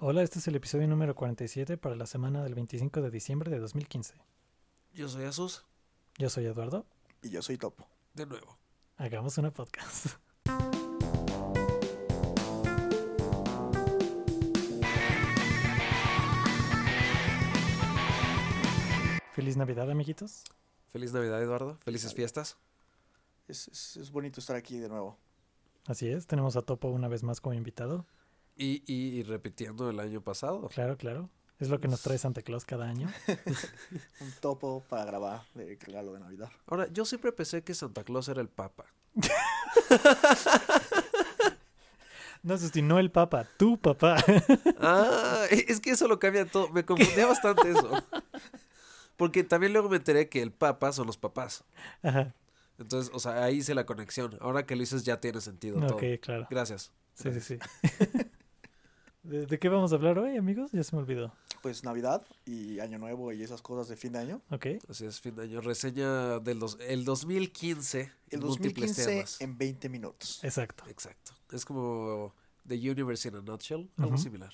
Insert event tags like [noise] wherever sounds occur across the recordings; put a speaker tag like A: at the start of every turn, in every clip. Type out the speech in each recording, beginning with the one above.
A: Hola, este es el episodio número 47 para la semana del 25 de diciembre de 2015.
B: Yo soy Asus,
A: Yo soy Eduardo,
C: Y yo soy Topo.
B: de nuevo.
A: hagamos una podcast. [laughs] Feliz Navidad, amiguitos.
B: Feliz Navidad, Eduardo. Felices fiestas.
C: Es, es- es bonito estar aquí de nuevo.
A: Así es, tenemos a Topo una vez más como invitado.
B: Y, y- y repitiendo el año pasado.
A: Claro, claro. Es lo que nos trae Santa Claus cada año.
C: Un topo para grabar de regalo de Navidad.
B: Ahora, yo siempre pensé que Santa Claus era el Papa.
A: No, Susti, no el Papa, tu papá.
B: Ah, [laughs] es que eso lo cambia todo. Me confundía bastante [laughs] eso. Porque también luego me enteré que el Papa son los papás.
A: Ajá.
B: Entonces, o sea, ahí hice la conexión. Ahora que lo dices ya tiene sentido todo.
A: Ok, claro.
B: Gracias.
A: Sí, sí, sí. [laughs] ¿De, de qué vamos a hablar hoy, amigos? Ya se me olvidó.
C: Pues Navidad y Año Nuevo y esas cosas de fin de año.
A: Ok.
B: Así es, fin de año. Reseña del dos- el 2015
C: El
B: en múltiples
C: 2015
B: temas.
C: en 20 minutos.
A: Exacto.
B: Exacto. Es como The Universe in a Nutshell, algo
A: Ujú.
B: similar.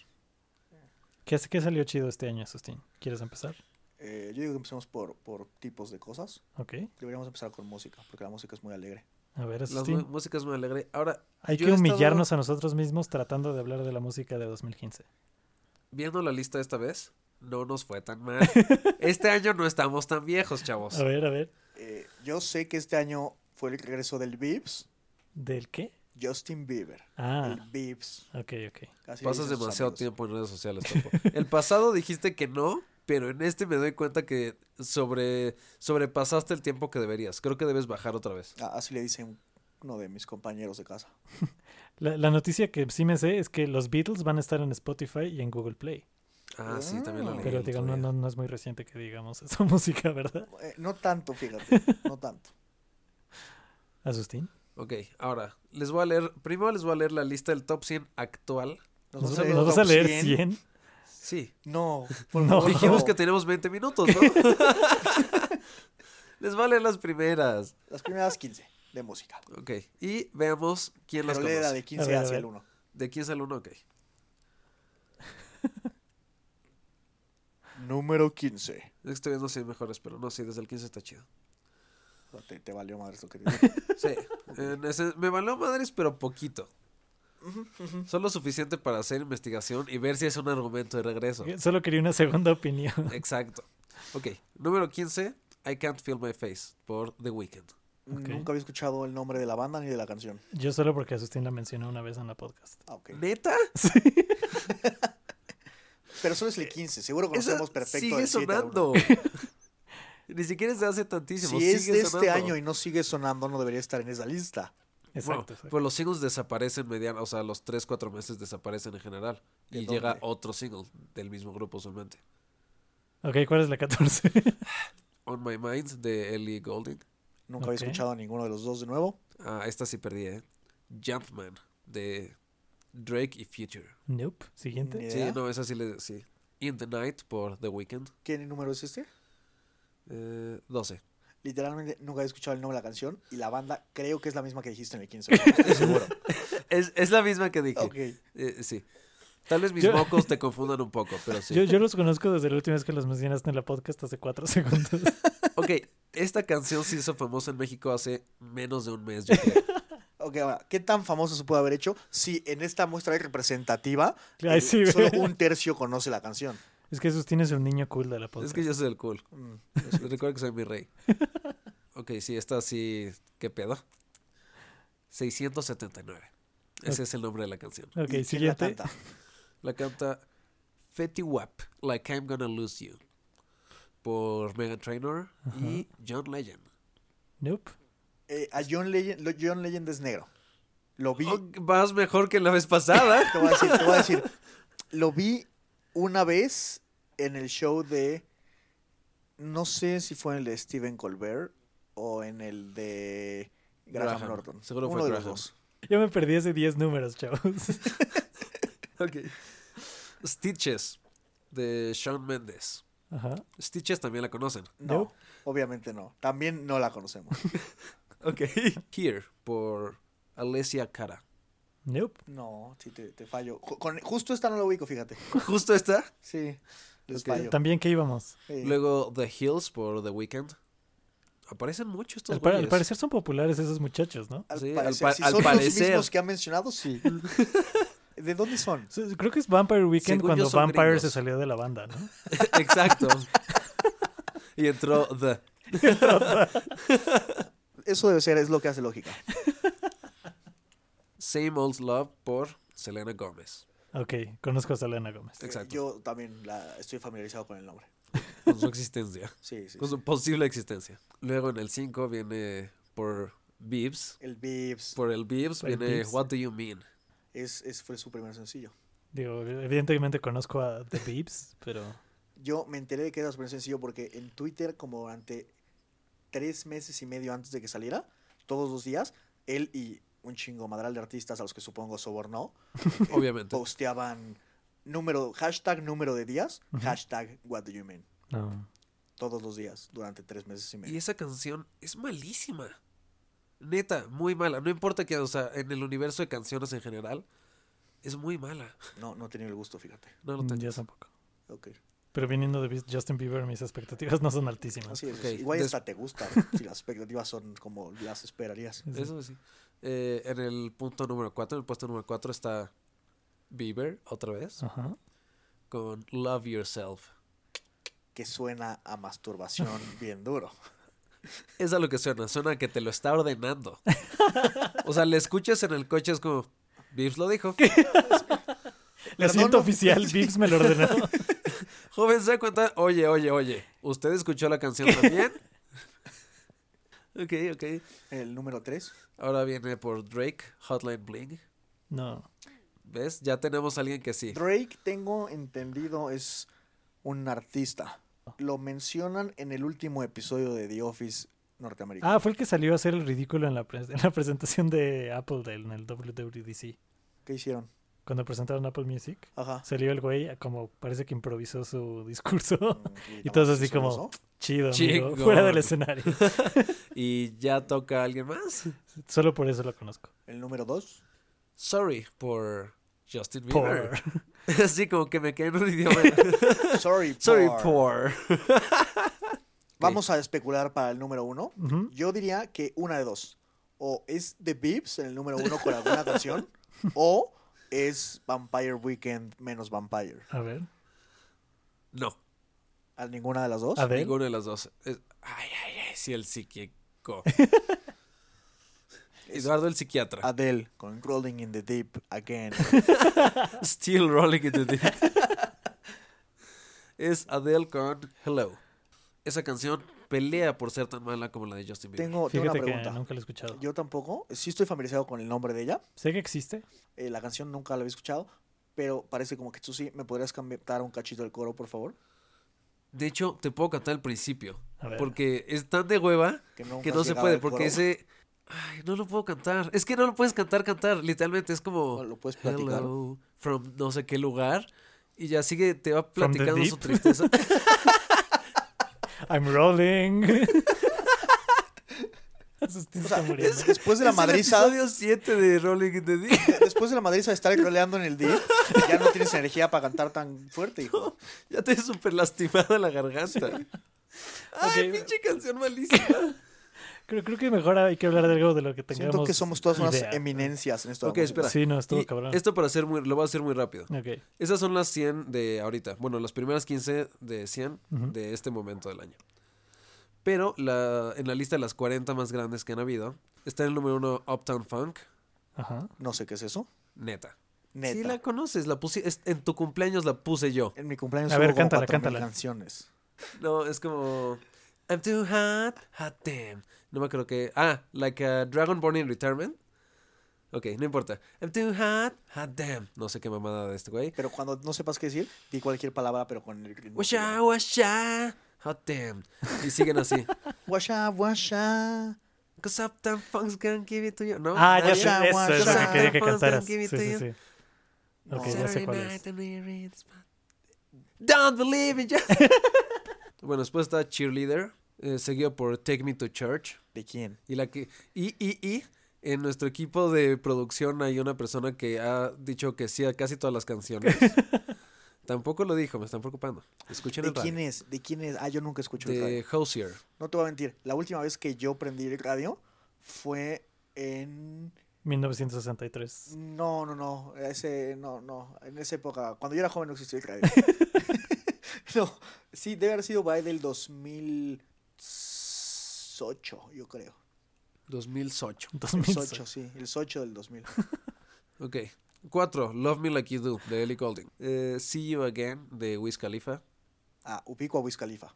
A: ¿Qué, qué salió chido este año, Sustín? ¿Quieres empezar?
C: Eh, yo digo que empecemos por, por tipos de cosas.
A: Ok.
C: Deberíamos empezar con música, porque la música es muy alegre.
A: A ver,
B: Las
A: Sustín.
B: mu- músicas muy alegre. Ahora,
A: Hay
B: yo
A: que
B: he estado
A: humillarnos a nosotros mismos tratando de hablar de la música de 2015.
B: viendo la lista esta vez, no nos fue
A: [laughs]
B: tan mal. Este año no estamos tan viejos, chavos.
A: A ver, a ver.
C: Eh, yo sé que este año fue el regreso del Bibbs,
A: ¿Del qué?
C: Justin Bieber. El
A: Ah,
C: Bibbs.
A: ok, ok.
C: Así
B: Pasas
C: dicen sus
B: demasiado
C: amigos.
B: tiempo en redes sociales,
A: [laughs]
B: Topo. El pasado dijiste que no, pero en este me doy cuenta que sobre sobrepasaste el tiempo que deberías. Creo que debes bajar otra vez.
C: Ah, así le dicen uno de mis compañeros de casa.
A: La, la noticia que sí me sé es que los Beatles van a estar en Spotify y en Google Play.
B: Ah, sí, también
C: Ah.
B: lo leí.
A: Pero
B: el
A: digo,
B: otro
A: no,
B: día.
A: no, no es muy reciente que digamos esa [laughs] música, ¿verdad?
C: Eh, no tanto, fíjate. no tanto.
A: Asustín.
B: Ok, ahora, les voy a leer, primero les voy a leer la lista del top 100 actual.
A: ¿Nos,
C: vamos
A: vas a-
C: a leer
A: nos
C: el
A: vas a
C: top
A: leer 100?
C: 100.
B: Sí,
C: No,
A: No.
C: favor,
B: Dijimos
C: no.
B: que teníamos 20 minutos,
A: [laughs]
B: ¿no? [laughs] Les valen las primeras.
C: Las primeras 15 de música.
B: Ok. Y veamos quién las
C: Pero lee la
B: conoce.
C: de
B: De...
C: 15
A: A ver, a
C: hacia
A: ver.
C: el 1.
B: quién es el uno? Ok.
C: Número 15.
B: Estoy viendo si hay mejores, pero no, sí, desde el 15 está chido.
C: O sea, Te, te valió madre lo que te dije. [laughs]
B: Sí. en ese- me valió madres, pero poquito. Solo suficiente para hacer investigación y ver si es un argumento de regreso.
C: [laughs]
A: Yo [laughs] Solo quería una segunda opinión.
B: Exacto. Ok. Número 15, I Can't Feel My Face, por The Weeknd.
A: [laughs] Ok.
C: Nunca había escuchado el nombre de la banda ni de la canción.
A: Yo solo porque Asustín la mencionó una vez en la podcast.
C: Ah, ok.
B: ¿Neta?
C: Pero solo es el 15. Seguro
B: Eso
C: conocemos perfecto
B: eh, sigue
C: del 7 al uno. [laughs]
B: sonando. Ni siquiera se hace tantísimo.
C: Si es
B: sigue
C: de este
B: sonando.
C: año y no sigue sonando, no debería estar en esa lista.
A: Exacto.
B: Bueno,
A: exacto.
B: Pues los singles desaparecen mediano, o sea, los 3, 4 meses desaparecen en general.
C: ¿De
B: Y
C: dónde?
B: llega otro single del mismo grupo solamente.
A: Ok, ¿cuál es la 14?
B: On My Mind de Ellie Golding.
C: Nunca
A: Ok.
C: había escuchado a ninguno de los dos de nuevo.
B: Ah, esta sí perdí, ¿eh? Jumpman de Drake y Future.
A: [laughs] nope. Siguiente.
C: Ni
B: Sí,
C: idea.
B: no, esa sí le. Sí. In the Night por The Weeknd.
C: ¿Qué número es este?
B: Eh, 12.
C: Literalmente nunca había escuchado el nombre de la canción y la banda creo que es la misma que dijiste en
A: [laughs]
C: el 15. pero no estoy seguro.
B: Es, es la misma que dije.
C: Ok.
B: Eh, sí. Tal vez mis
A: Yo-
B: mocos te confundan un poco, pero
A: [laughs]
B: sí.
A: Yo, yo los conozco desde la última vez que los mencionaste en la podcast hace cuatro [laughs] segundos.
B: Ok, esta canción se hizo famosa en México hace menos de un mes, yo creo.
C: Ok, ahora, ¿qué tan famoso se puede haber hecho si en esta muestra representativa
A: Ay,
C: eh,
A: sí, güey.
C: solo un tercio conoce la canción?
A: Es que Asustín es un niño cool de la
B: Es
A: podcast.
B: que yo soy el cool.
C: Mm,
B: Pues, Recuerda que soy mi rey. Ok, sí, esta sí. ¿Qué pedo? 679. Ese
A: Ok.
B: es el nombre de la canción.
A: Ok,
C: ¿y quién la
A: siguiente.
C: canta?
B: La canta Fetty Wap, Like I'm Gonna Lose You, por Megan Trainor y John Legend.
A: Nope.
C: Eh, a John Legend, lo- John Legend es negro. Lo vi,
B: Oh, vas mejor que la vez [laughs] pasada.
C: te voy a decir, te voy a decir, lo vi una vez en el show de, no sé si fue en el de Stephen Colbert o en el de Graham,
B: Graham,
C: Norton.
B: seguro
C: uno
B: fue
C: de
B: Graham.
C: los dos.
A: Yo me perdí hace 10 números, chavos. [laughs]
B: Ok. Stitches, de Shawn Mendes.
A: Ajá.
B: Stitches también la conocen.
C: No,
A: Nope.
C: obviamente no. También no la conocemos.
B: Ok. Here, por Alessia Cara.
A: Nope.
C: No, sí, te, te fallo. Ju- con- justo esta no la ubico, fíjate.
B: Justo esta.
C: Sí, les
B: Ok.
C: fallo. Eh,
A: También que íbamos.
C: Sí.
B: Luego The Hills por The Weeknd. Aparecen mucho estos
A: Al, pa- al
B: güeyes. [laughs]
A: parecer son populares esos muchachos, ¿no?
C: Al
B: Sí, al
C: parecer,
B: pa-
C: si
B: al
C: son
B: parecer.
C: los mismos que han
B: [laughs]
C: mencionado, sí. ¿De dónde son?
A: So- Creo que es Vampire
B: Según
A: Weekend
B: yo
A: cuando
B: son
A: Vampire
B: gringos.
A: se salió de la banda, ¿no?
B: Exacto. y entró The.
C: Eso debe ser, es lo que hace lógica.
B: Same Old Love por Selena Gómez.
A: Ok, conozco a Selena Gómez.
B: Exacto.
C: Yo también la, estoy familiarizado con el nombre.
B: Con su existencia.
C: Sí, sí.
B: Con
C: sí.
B: su posible existencia. Luego en el 5 viene por Biebs.
C: El Bips
B: Por el Biebs
A: Por el
B: viene
A: Biebs.
B: What Do You Mean.
C: es, es, fue su primer sencillo.
A: Digo, evidentemente conozco a The Beeps, pero
C: Yo me enteré de que era su primer sencillo porque en Twitter, como durante tres meses y medio antes de que saliera, todos los días, él y un chingo madral de artistas a los que supongo sobornó, [laughs]
B: Obviamente.
C: posteaban número, hashtag número de días, hashtag what do you mean,
A: no.
C: todos los días durante tres meses y
B: Y
C: medio.
B: esa canción es malísima. Neta, muy mala. No importa que, o sea, en el universo de canciones en general, es muy mala.
C: No, no he tenido el gusto, fíjate.
B: No lo
A: Mm, Yo
B: tengo.
A: tampoco.
C: Ok,
A: Pero viniendo de Beeps- Justin Bieber, mis expectativas no son altísimas.
C: así es.
B: Ok,
C: Igual
B: des-
C: esta te gusta, ¿no? si las expectativas son como las esperarías.
B: Eso sí. Eh, en el punto número 4, en el puesto número 4 está Bieber, otra vez,
A: Ajá.
B: con Love Yourself.
C: Que suena a masturbación bien duro.
B: Es a lo que suena, suena a que te lo está ordenando. O sea, le escuchas en el coche, es como, Bibbs lo dijo.
A: Le
C: Perdón,
A: siento
C: no- [laughs]
A: oficial, Beeps me lo ordenó.
B: Joven, se da cuenta, oye, oye, oye, ¿usted escuchó la canción también? ok, ok.
C: El número tres,
B: Ahora viene por Drake, Hotline Bling.
A: No.
B: ¿Ves? Ya tenemos a alguien que sí.
C: Drake, tengo entendido, es un artista. Lo mencionan en el último episodio de The Office norteamericano.
A: Ah, fue el que salió a hacer el ridículo en la, pres- en la presentación de Apple de- en el WWDC.
C: ¿Qué hicieron?
A: Cuando presentaron Apple Music,
C: Ajá.
A: salió el güey como parece que improvisó su discurso. [laughs]
C: Mm,
A: Y
C: nada
A: todos
C: más
A: así
C: eso nos,
A: como-
C: ¿no?
A: Chido, amigo,
B: Chingón.
A: fuera del escenario. [laughs]
B: Y ya toca a alguien más.
A: Solo por eso lo conozco.
C: El número dos.
B: Sorry por Justin
A: Por.
B: Bieber. [laughs] Así como que me quedé en un [laughs] idioma.
C: Sorry,
B: [laughs] Sorry por.
C: por. Vamos a especular para el número uno.
A: Ujú.
C: Yo diría que una de dos. O es The Beeps en el número uno con
A: [laughs]
C: alguna canción. o es Vampire Weekend menos Vampire.
A: A ver.
B: No,
C: ¿A ninguna de las dos?
A: A ver.
B: ninguna de las dos. Es- Ay, ay, ay, sí, el psíquico. [laughs] Eduardo el psiquiatra.
C: Adele con Rolling in the Deep Again.
B: [laughs]
A: [laughs]
B: Still rolling in the deep. es Adele con Hello. Esa canción pelea por ser tan mala como la de Justin Bieber.
C: Tengo, tengo una
A: Fíjate que
C: pregunta.
A: nunca lo he escuchado.
C: Yo tampoco. Sí estoy familiarizado con el nombre de ella.
A: Sé que existe.
C: Eh, la canción nunca la había escuchado. Pero parece como que tú sí. ¿Me podrías cambiar un cachito del coro, por favor?
B: De hecho, te puedo cantar el principio.
A: A ver.
B: Porque es tan de hueva
C: nunca
B: que
C: has
B: no se
C: llegado
B: puede.
C: al coro.
B: Porque ese. Ay, no lo puedo cantar. Es que no lo puedes cantar, cantar. Literalmente es como.
C: No, lo puedes platicar.
B: Hello, from no sé qué lugar. Y ya sigue, te va
A: From the
B: platicando su
A: deep. [laughs]
B: tristeza.
A: I'm
C: [laughs]
A: rolling. Asustín
C: O
A: está
C: sea,
A: muriendo.
C: es- después de la
B: Es
C: madriza...
B: El episodio 7 de Rolling in the Deep.
A: [laughs]
C: Después de la madriza de estar croleando en el día, ya no tienes energía para cantar tan fuerte, hijo.
B: Ya te he súper lastimada la garganta. Ay,
A: Ok.
B: pinche canción malísima.
A: Creo, creo que mejor hay que hablar de algo de lo que tengamos.
C: Siento que somos todas unas
A: idea.
C: eminencias en esto. de la
B: Ok,
C: música.
B: espera.
A: Sí, no, [laughs] estuvo
B: Y
A: cabrón.
B: Esto para hacer muy, lo voy a hacer muy rápido.
A: Ok.
B: Esas son las 100 de ahorita. Bueno, las primeras 15 de 100
A: Ujú.
B: de este momento del año. Pero la, en la lista de las 40 más grandes que han habido, está en el número 1 Uptown Funk,
A: Ajá.
C: No sé qué es eso.
B: neta.
C: Neta.
B: Sí la conoces, la puse, es- en tu cumpleaños la puse yo.
C: En mi cumpleaños
A: A
C: hubo
A: ver,
C: como
A: cántala,
C: 4000
A: cántala.
C: canciones.
B: No, es como... I'm too hot, hot damn. No me acuerdo que... Ah, like a Dragonborn in Retirement. Ok, no importa. I'm too hot, hot damn. No sé qué mamada de este güey.
C: Pero cuando no sepas qué decir, di cualquier palabra, pero con el ritmo.
B: Washa, washa, hot damn. Y
A: [laughs]
B: siguen así.
C: Washa, washa.
B: Cause Uptown Funk's gonna give it to you. No,
A: Ah, ya
B: nadie.
A: sé. Eso
C: Guaya,
A: es lo
B: guaya.
A: que quería que
B: Guaya.
A: cantaras.
B: Give
A: Sí,
B: it to
A: sí,
B: you.
A: sí. Ok,
C: No.
A: ya sé
B: Saturday
A: cuál
B: night
A: es.
B: and we read this part. Don't
A: [laughs]
B: believe it. just- bueno, después está Cheerleader, eh, seguido por Take Me to Church.
C: ¿De quién?
B: Y la que. Y, y, y. En nuestro equipo de producción hay una persona que ha dicho que sí a casi todas las canciones. tampoco lo dijo, me están preocupando. Escuchen
C: ¿De
B: el
C: quién
B: radio.
C: es? ¿De quién es? Ah, yo nunca escucho el radio.
B: De Hosier.
C: No te voy a mentir. La última vez que yo prendí el radio fue en
A: 1963.
C: No, no, no. Ese, no, no. En esa época, cuando yo era joven no existía el radio. no, sí, debe haber sido by del 2008, yo creo.
B: 2008.
A: 2000.
C: El 8, sí. El 8 del 2000.
B: Ok. 4. Love Me Like You Do, de Ellie Goulding. Eh, See You Again, de Wiz Khalifa.
C: Ah, Upico a Wiz Khalifa.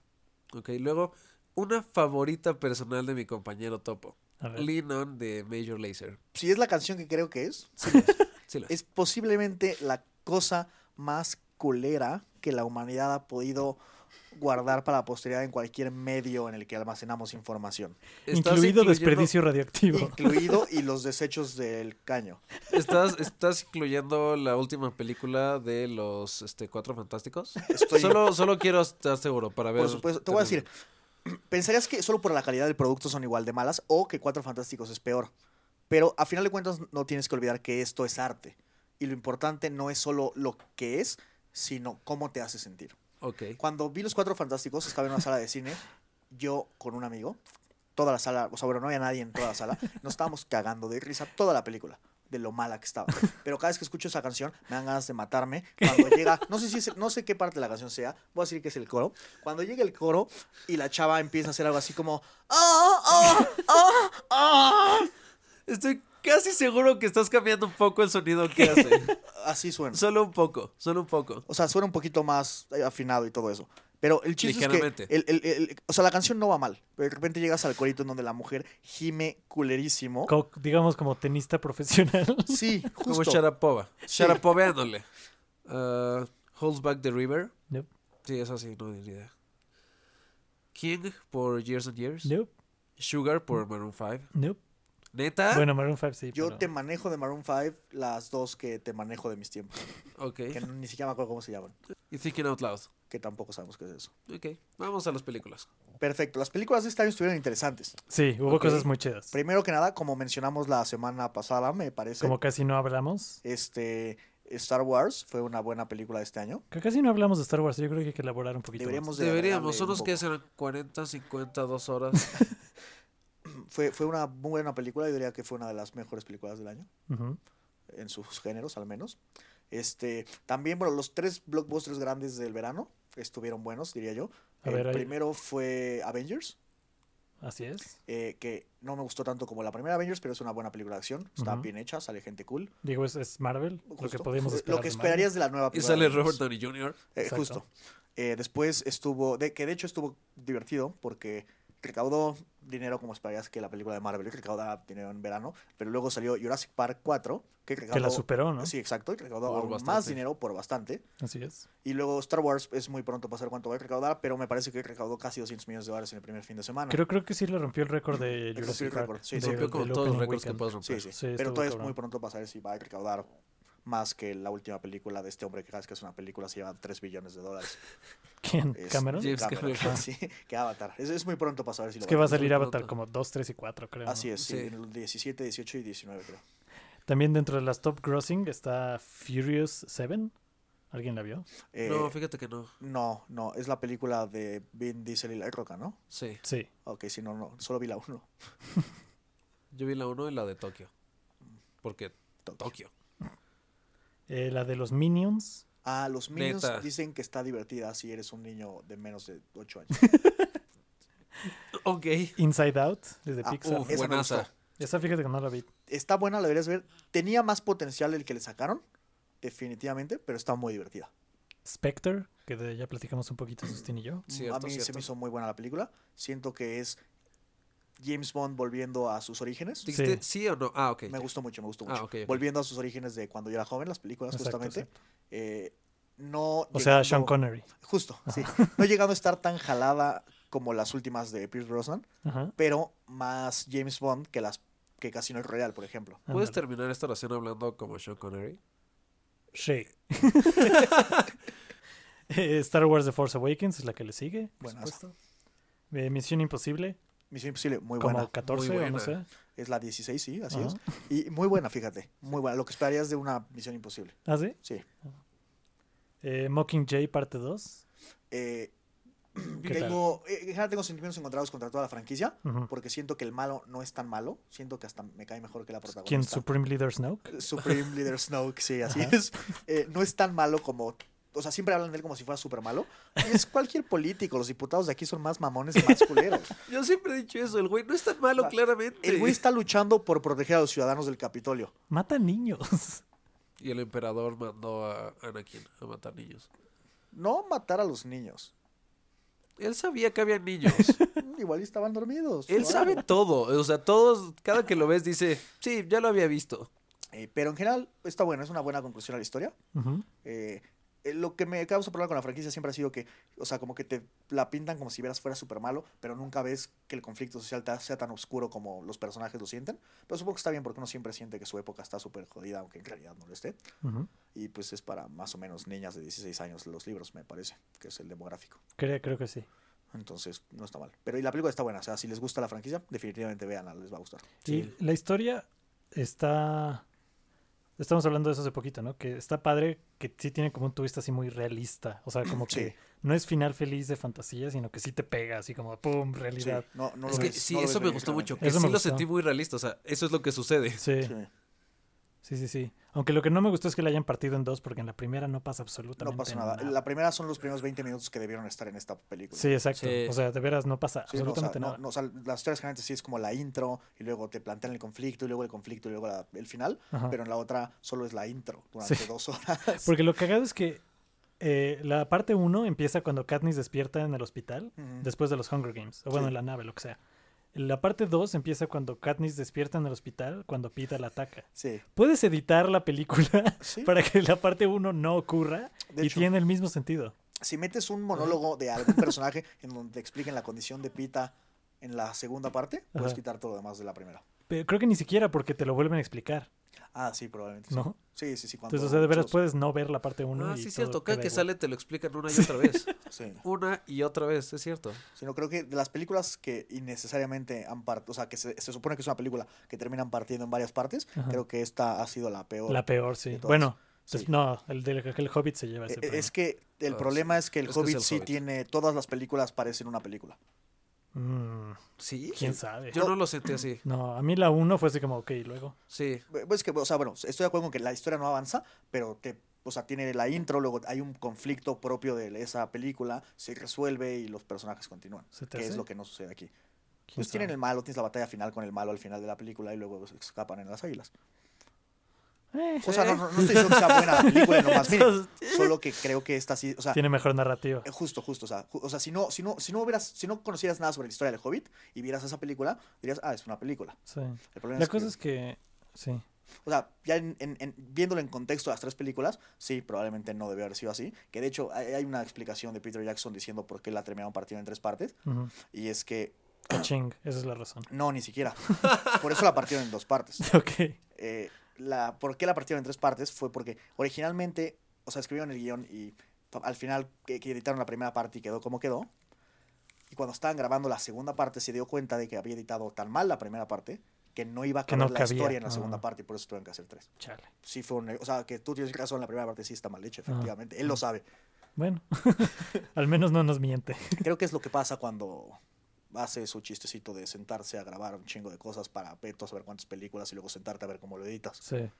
B: Ok, luego, una favorita personal de mi compañero Topo.
A: A ver.
B: Lean On, de Major Lazer.
C: Si es la canción que creo que es,
B: Sí lo es, sí lo es.
C: es posiblemente la cosa más culera que la humanidad ha podido guardar para la posteridad en cualquier medio en el que almacenamos información.
B: Estás
A: Incluido
B: incluyendo-
A: desperdicio radioactivo.
C: Incluido [laughs] y los desechos del caño.
B: Estás, estás incluyendo la última película de los este, Cuatro Fantásticos.
C: Estoy-
B: Solo, solo quiero estar seguro para ver.
C: Por supuesto, te voy a decir, [clears throat] pensarías que solo por la calidad del producto son igual de malas o que Cuatro Fantásticos es peor. Pero a final de cuentas no tienes que olvidar que esto es arte. Y lo importante no es solo lo que es, sino cómo te hace sentir.
B: Ok.
C: Cuando vi Los Cuatro Fantásticos, estaba en una sala de cine, yo con un amigo, toda la sala, o sea, bueno, no había nadie en toda la sala, nos estábamos cagando de risa toda la película, de lo mala que estaba. Pero cada vez que escucho esa canción, me dan ganas de matarme. Cuando llega, no sé, si es- no sé qué parte de la canción sea, voy a decir que es el coro. Cuando llega el coro y la chava empieza a hacer algo así como, "Ah, ah, ah, ah",
B: Estoy casi seguro que estás cambiando un poco el sonido que hace.
C: así suena.
B: Solo un poco, solo un poco.
C: O sea, suena un poquito más eh, afinado y todo eso. Pero el chiste es que...
B: Ligeramente.
C: el- el- el- o sea, la canción no va mal. Pero de repente llegas al corito en donde la mujer gime culerísimo.
A: Co- digamos como tenista
C: [laughs]
A: profesional.
C: Sí,
B: Como
C: justo.
B: Sharapova.
C: Sí.
B: Sharapoveándole. Ah, holds Back the River.
A: Nope,
B: Sí, eso sí, no ni idea. King por Years and Years.
A: nope,
B: Sugar por Maroon 5.
A: nope.
B: ¿Neta?
A: Bueno, Maroon 5 sí.
C: Ah. Yo
A: pero-
C: te manejo de Maroon 5 las dos que te manejo de mis tiempos.
B: Ok.
C: Que ni siquiera me acuerdo cómo se llaman.
B: Y Thinking Out Loud.
C: Que tampoco sabemos qué es eso.
B: Ok, vamos a las películas.
C: Perfecto. Las películas de este año estuvieron interesantes.
A: Sí, hubo
B: Ok.
A: cosas muy chidas.
C: Primero que nada, como mencionamos la semana pasada, me parece,
A: Como casi no hablamos.
C: este Star Wars fue una buena película de este año.
A: Que casi no hablamos de Star Wars. Yo creo que hay que elaborar un poquito. más.
C: Deberíamos de
B: Deberíamos,
C: agregarle
B: son
C: un
B: los que
C: poco.
B: serán 40, 50, 2
C: [laughs]
B: horas.
C: fue, fue una buena película, yo diría que fue una de las mejores películas del año.
A: Ujú.
C: en sus géneros al menos. Este, también, bueno, los tres blockbusters grandes del verano estuvieron buenos, diría yo.
A: A
C: el
A: ver, ahí-
C: primero fue Avengers,
A: Así es.
C: eh, que no me gustó tanto como la primera Avengers, pero es una buena película de acción. Está
A: Ujú.
C: bien hecha, sale gente cool.
A: Digo, es, es Marvel. Lo que
C: justo.
A: podíamos
C: Eh,
A: esperar.
C: Lo que
A: de Marvel.
C: esperarías de la nueva
B: y
C: película. de
B: sale
C: Avengers.
B: Robert Downey Jr.
C: Eh,
A: Exacto.
C: justo. Eh, después estuvo, de, que de hecho estuvo divertido porque recaudó dinero como esperarías que la película de Marvel recaudaba dinero en verano, pero luego salió Jurassic Park 4, que recaudó...
A: Que la superó, ¿no?
C: Sí, exacto, y recaudó
B: Por
C: aún más
B: bastante.
C: dinero por bastante.
A: Así es.
C: Y luego Star Wars es muy pronto para saber cuánto va a recaudar, pero me parece que recaudó casi 200 millones de dólares en el primer fin de semana.
A: Creo, creo que sí le rompió el récord de
C: Rompió
A: Jurassic
C: el
A: Park.
C: récord, sí,
A: de-
C: sí.
B: Rompió con
A: del
B: todos los
A: opening
B: récords que
A: weekend.
B: puedes romper.
C: sí, sí,
A: Sí,
C: Pero
A: estuvo
C: todavía es
A: cabrón.
C: muy pronto para saber si va a recaudar más que la última película de este hombre que cada vez que es una película se lleva 3 billones
A: [laughs]
C: de dólares.
A: ¿Quién?
C: Es
A: ¿Cameron?
B: James Cameron.
C: [laughs] sí, que Avatar. Es, es muy pronto para saber si lo
A: Es que va a
C: hacer.
A: salir
B: muy
A: Avatar
B: pronto.
A: como 2, 3 y 4, creo. ¿no?
C: Así es, sí,
B: Sí.
C: en el 17, 18 y 19 creo.
A: También dentro de las top grossing está Furious 7. ¿Alguien la vio?
C: Eh,
B: No,
C: no,
B: fíjate que no.
C: no, es la película de Vin Diesel y La Roca, ¿no?
B: Sí,
A: Sí.
C: Ok, sí, no, no, solo vi la 1.
B: yo vi la 1 y la de Tokio. Porque Tokio.
A: Eh, la de los Minions.
C: Ah, los Minions
B: Neta.
C: dicen que está divertida si eres un niño de menos de 8 años. [laughs]
B: Ok.
A: Inside Out, desde
C: Ah,
A: Pixar.
B: uf,
C: esa me
B: buenaza.
C: gustó.
A: Esa fíjate que no la vi.
C: Está buena, la deberías ver. Tenía más potencial el que le sacaron, definitivamente, pero está muy divertida.
A: Spectre, que de- ya platicamos un poquito Justin y yo.
B: Cierto,
C: a mí se
B: cierto.
C: me hizo muy buena la película. Siento que es James Bond volviendo a sus orígenes.
B: ¿Dijiste sí. o no? Ah, ok.
C: Me gustó mucho, me gustó
B: Ah,
C: mucho.
B: ok, ok.
C: Volviendo a sus orígenes de cuando yo era joven, las películas,
A: Exacto,
C: justamente.
A: exacto.
C: eh, no
A: O sea,
C: llegando-
A: Sean Connery.
C: Justo, sí. No llegando a estar tan jalada como las últimas de Pierce Brosnan,
A: Ajá.
C: pero más James Bond que las que Casino Royale, por ejemplo.
B: ¿Puedes
A: ándale.
B: terminar esta oración hablando como Sean Connery?
A: [laughs] Sí. Eh, Star Wars The Force Awakens es la que le sigue. por
C: Buenazo.
A: supuesto. Eh, Misión Imposible.
C: Misión Imposible, muy
A: como
C: buena.
A: 14
B: muy
A: o no
B: buena.
A: sé.
C: Es la 16, sí, así
A: Ajá.
C: es. Y muy buena, fíjate. Muy buena. Lo que esperarías de una Misión Imposible.
A: ¿Ah, sí?
C: Sí.
A: Eh, Mockingjay parte 2.
C: Eh, [clears throat]
A: ¿Qué tal?
C: tengo, eh, en general tengo sentimientos encontrados contra toda la franquicia.
A: Ujú.
C: Porque siento que el malo no es tan malo. Siento que hasta me cae mejor que la protagonista.
A: ¿Quién? Supreme Leader Snoke.
C: [laughs] Supreme Leader Snoke, sí, así
A: Ajá.
C: es. Eh, no es tan malo como. O sea, siempre hablan de él como si fuera súper malo. Es cualquier político. Los diputados de aquí son más mamones y más culeros.
B: Yo siempre he dicho eso, el güey no es tan malo,
C: Ah,
B: claramente.
C: El güey está luchando por proteger a los ciudadanos del Capitolio.
A: Mata niños. [laughs]
B: Y el emperador mandó a Anakin a matar niños.
C: No matar a los niños. [laughs]
B: Él sabía que había niños.
C: Mm, Igual y estaban dormidos.
B: Él
C: ¿no?
B: sabe todo. O sea, todos, cada que lo ves dice, sí, ya lo había visto.
C: Eh, pero en general, está bueno. Es una buena conclusión a la historia.
A: Ujú.
C: Eh, eh, lo que me causa problema con la franquicia siempre ha sido que, o sea, como que te la pintan como si vieras fuera súper malo, pero nunca ves que el conflicto social ta- sea tan oscuro como los personajes lo sienten. Pero supongo que está bien porque uno siempre siente que su época está súper jodida, aunque en realidad no lo esté.
A: Ujú.
C: Y pues es para más o menos niñas de 16 años los libros, me parece, que es el demográfico.
A: Creo, creo que sí.
C: Entonces, no está mal. Pero y la película está buena, o sea, si les gusta la franquicia, definitivamente véanla, les va a gustar.
B: Sí.
A: Y la historia está. Estamos hablando de eso hace poquito, ¿no? Que está padre que sí tiene como un twist así muy realista. O sea, como que
C: Sí.
A: no es final feliz de fantasía, sino que sí te pega, así como ¡pum!
C: Sí,
A: realidad.
C: no, no
B: es
C: lo
B: que
C: ves-
B: sí,
C: no lo
B: eso
C: ves
B: me
C: venir,
B: gustó mucho.
A: claramente.
B: Que
A: Eso
B: sí
A: me
B: lo
A: gustó.
B: sentí muy realista. O sea, eso es lo que sucede.
A: Sí. sí,
C: Sí,
A: sí, sí, Aunque lo que no me gustó es que la hayan partido en dos, porque en la primera no pasa absolutamente
C: no pasa nada. La primera son los primeros 20 minutos que debieron estar en esta película.
A: Sí, exacto.
B: Sí.
A: O sea, de veras no pasa
C: Sí, no, o sea,
A: absolutamente
C: no,
A: nada.
C: no, o sea, las historias generalmente sí es como la intro y luego te plantean el conflicto y luego el conflicto y luego la- el final,
A: Ajá.
C: pero en la otra solo es la intro durante
A: [laughs]
C: dos horas.
A: Porque lo cagado es que eh, la parte 1 empieza cuando Katniss despierta en el hospital
C: Ujú.
A: después de los Hunger Games, o bueno,
C: Sí.
A: en la nave, lo que sea. La parte 2 empieza cuando Katniss despierta en el hospital cuando Pita la ataca.
C: Sí,
A: Puedes editar la película [laughs]
C: Sí.
A: para que la parte 1 no ocurra
C: De
A: y
C: hecho.
A: tiene el mismo sentido.
C: si metes un monólogo de algún personaje en donde te expliquen la condición de Pita en la segunda parte, puedes
A: Ajá.
C: quitar todo lo demás de la primera.
A: Pero creo que ni siquiera porque te lo vuelven a explicar,
C: Ah, sí, probablemente. sí.
A: ¿no?
C: Sí, sí, sí. cuando
A: Entonces, o sea, de veras
C: muchos-
A: puedes no ver la parte 1.
B: Ah, sí, es cierto. Cada que sale te lo explican una y otra
A: [laughs]
B: vez.
C: Sí.
B: Una y otra vez, es cierto.
C: Sino creo que de las películas que innecesariamente han partido, o sea, que se, se supone que es una película que terminan partiendo en varias partes,
A: Ajá.
C: creo que esta ha sido la peor.
A: La peor, sí.
C: de todas.
A: Bueno, pues,
C: Sí.
A: no, el del el Hobbit se lleva ese.
C: Eh, Es
A: premio.
C: que el
B: Ah,
C: problema es que el
B: Es que es
C: Hobbit
B: el
C: sí
B: Hobbit.
C: tiene. Todas las películas parecen una película.
A: Mm,
B: ¿Sí?
A: ¿Quién sabe?
B: Yo no lo sentí así.
A: No, a mí la 1 fue así como, ok, luego.
B: Sí.
C: Eh, Pues que, o sea, bueno, estoy de acuerdo con que la historia no avanza, pero te. O sea, tiene la intro, luego hay un conflicto propio de esa película, se resuelve y los personajes continúan.
A: ¿Se te
C: Que es
A: hace?
C: lo que no sucede aquí.
A: ¿Quién
C: Pues tienen
A: sabe?
C: el malo, tienes la batalla final con el malo al final de la película y luego se escapan en las águilas.
A: Eh,
C: O sea, no, no, no estoy diciendo que sea buena la película, no más mínimo. Solo que creo que esta sí. O sea,
A: tiene mejor narrativa.
C: Eh, Justo, justo. O sea, ju- o sea si, no, si, no, si no hubieras, si no conocieras nada sobre la historia del Hobbit y vieras esa película, dirías, ah, es una película.
A: Sí.
C: El problema
A: La
C: es,
A: cosa
C: que,
A: es que, sí.
C: O sea, ya en, en- en- viéndolo en contexto de las tres películas, sí, probablemente no debió haber sido así. Que de hecho hay, hay una explicación de Peter Jackson diciendo por qué la terminaron partiendo en tres partes.
A: ujú.
C: Y es que,
A: Caching, esa es la razón. [laughs]
C: no, ni siquiera. Por eso la partieron en dos partes.
A: Ok.
C: eh, la, por qué la partieron en tres partes fue porque originalmente, o sea, escribieron el guión y pa- al final que, que editaron la primera parte y quedó como quedó. Y cuando estaban grabando la segunda parte se dio cuenta de que había editado tan mal la primera parte que no iba a
A: Que
C: caber
A: no
C: la
A: cabía.
C: historia en la
A: Ah.
C: segunda parte y por eso tuvieron que hacer tres.
A: Chale.
C: Sí fue un... O sea, que tú tienes razón, la primera parte sí está mal hecha,
A: Ah.
C: efectivamente. Él
A: [laughs]
C: lo sabe.
A: Bueno, al menos no nos miente.
C: Creo que es lo que pasa cuando hace su chistecito de sentarse a grabar un chingo de cosas para veto, saber cuántas películas y luego sentarte a ver cómo lo editas.
A: Sí.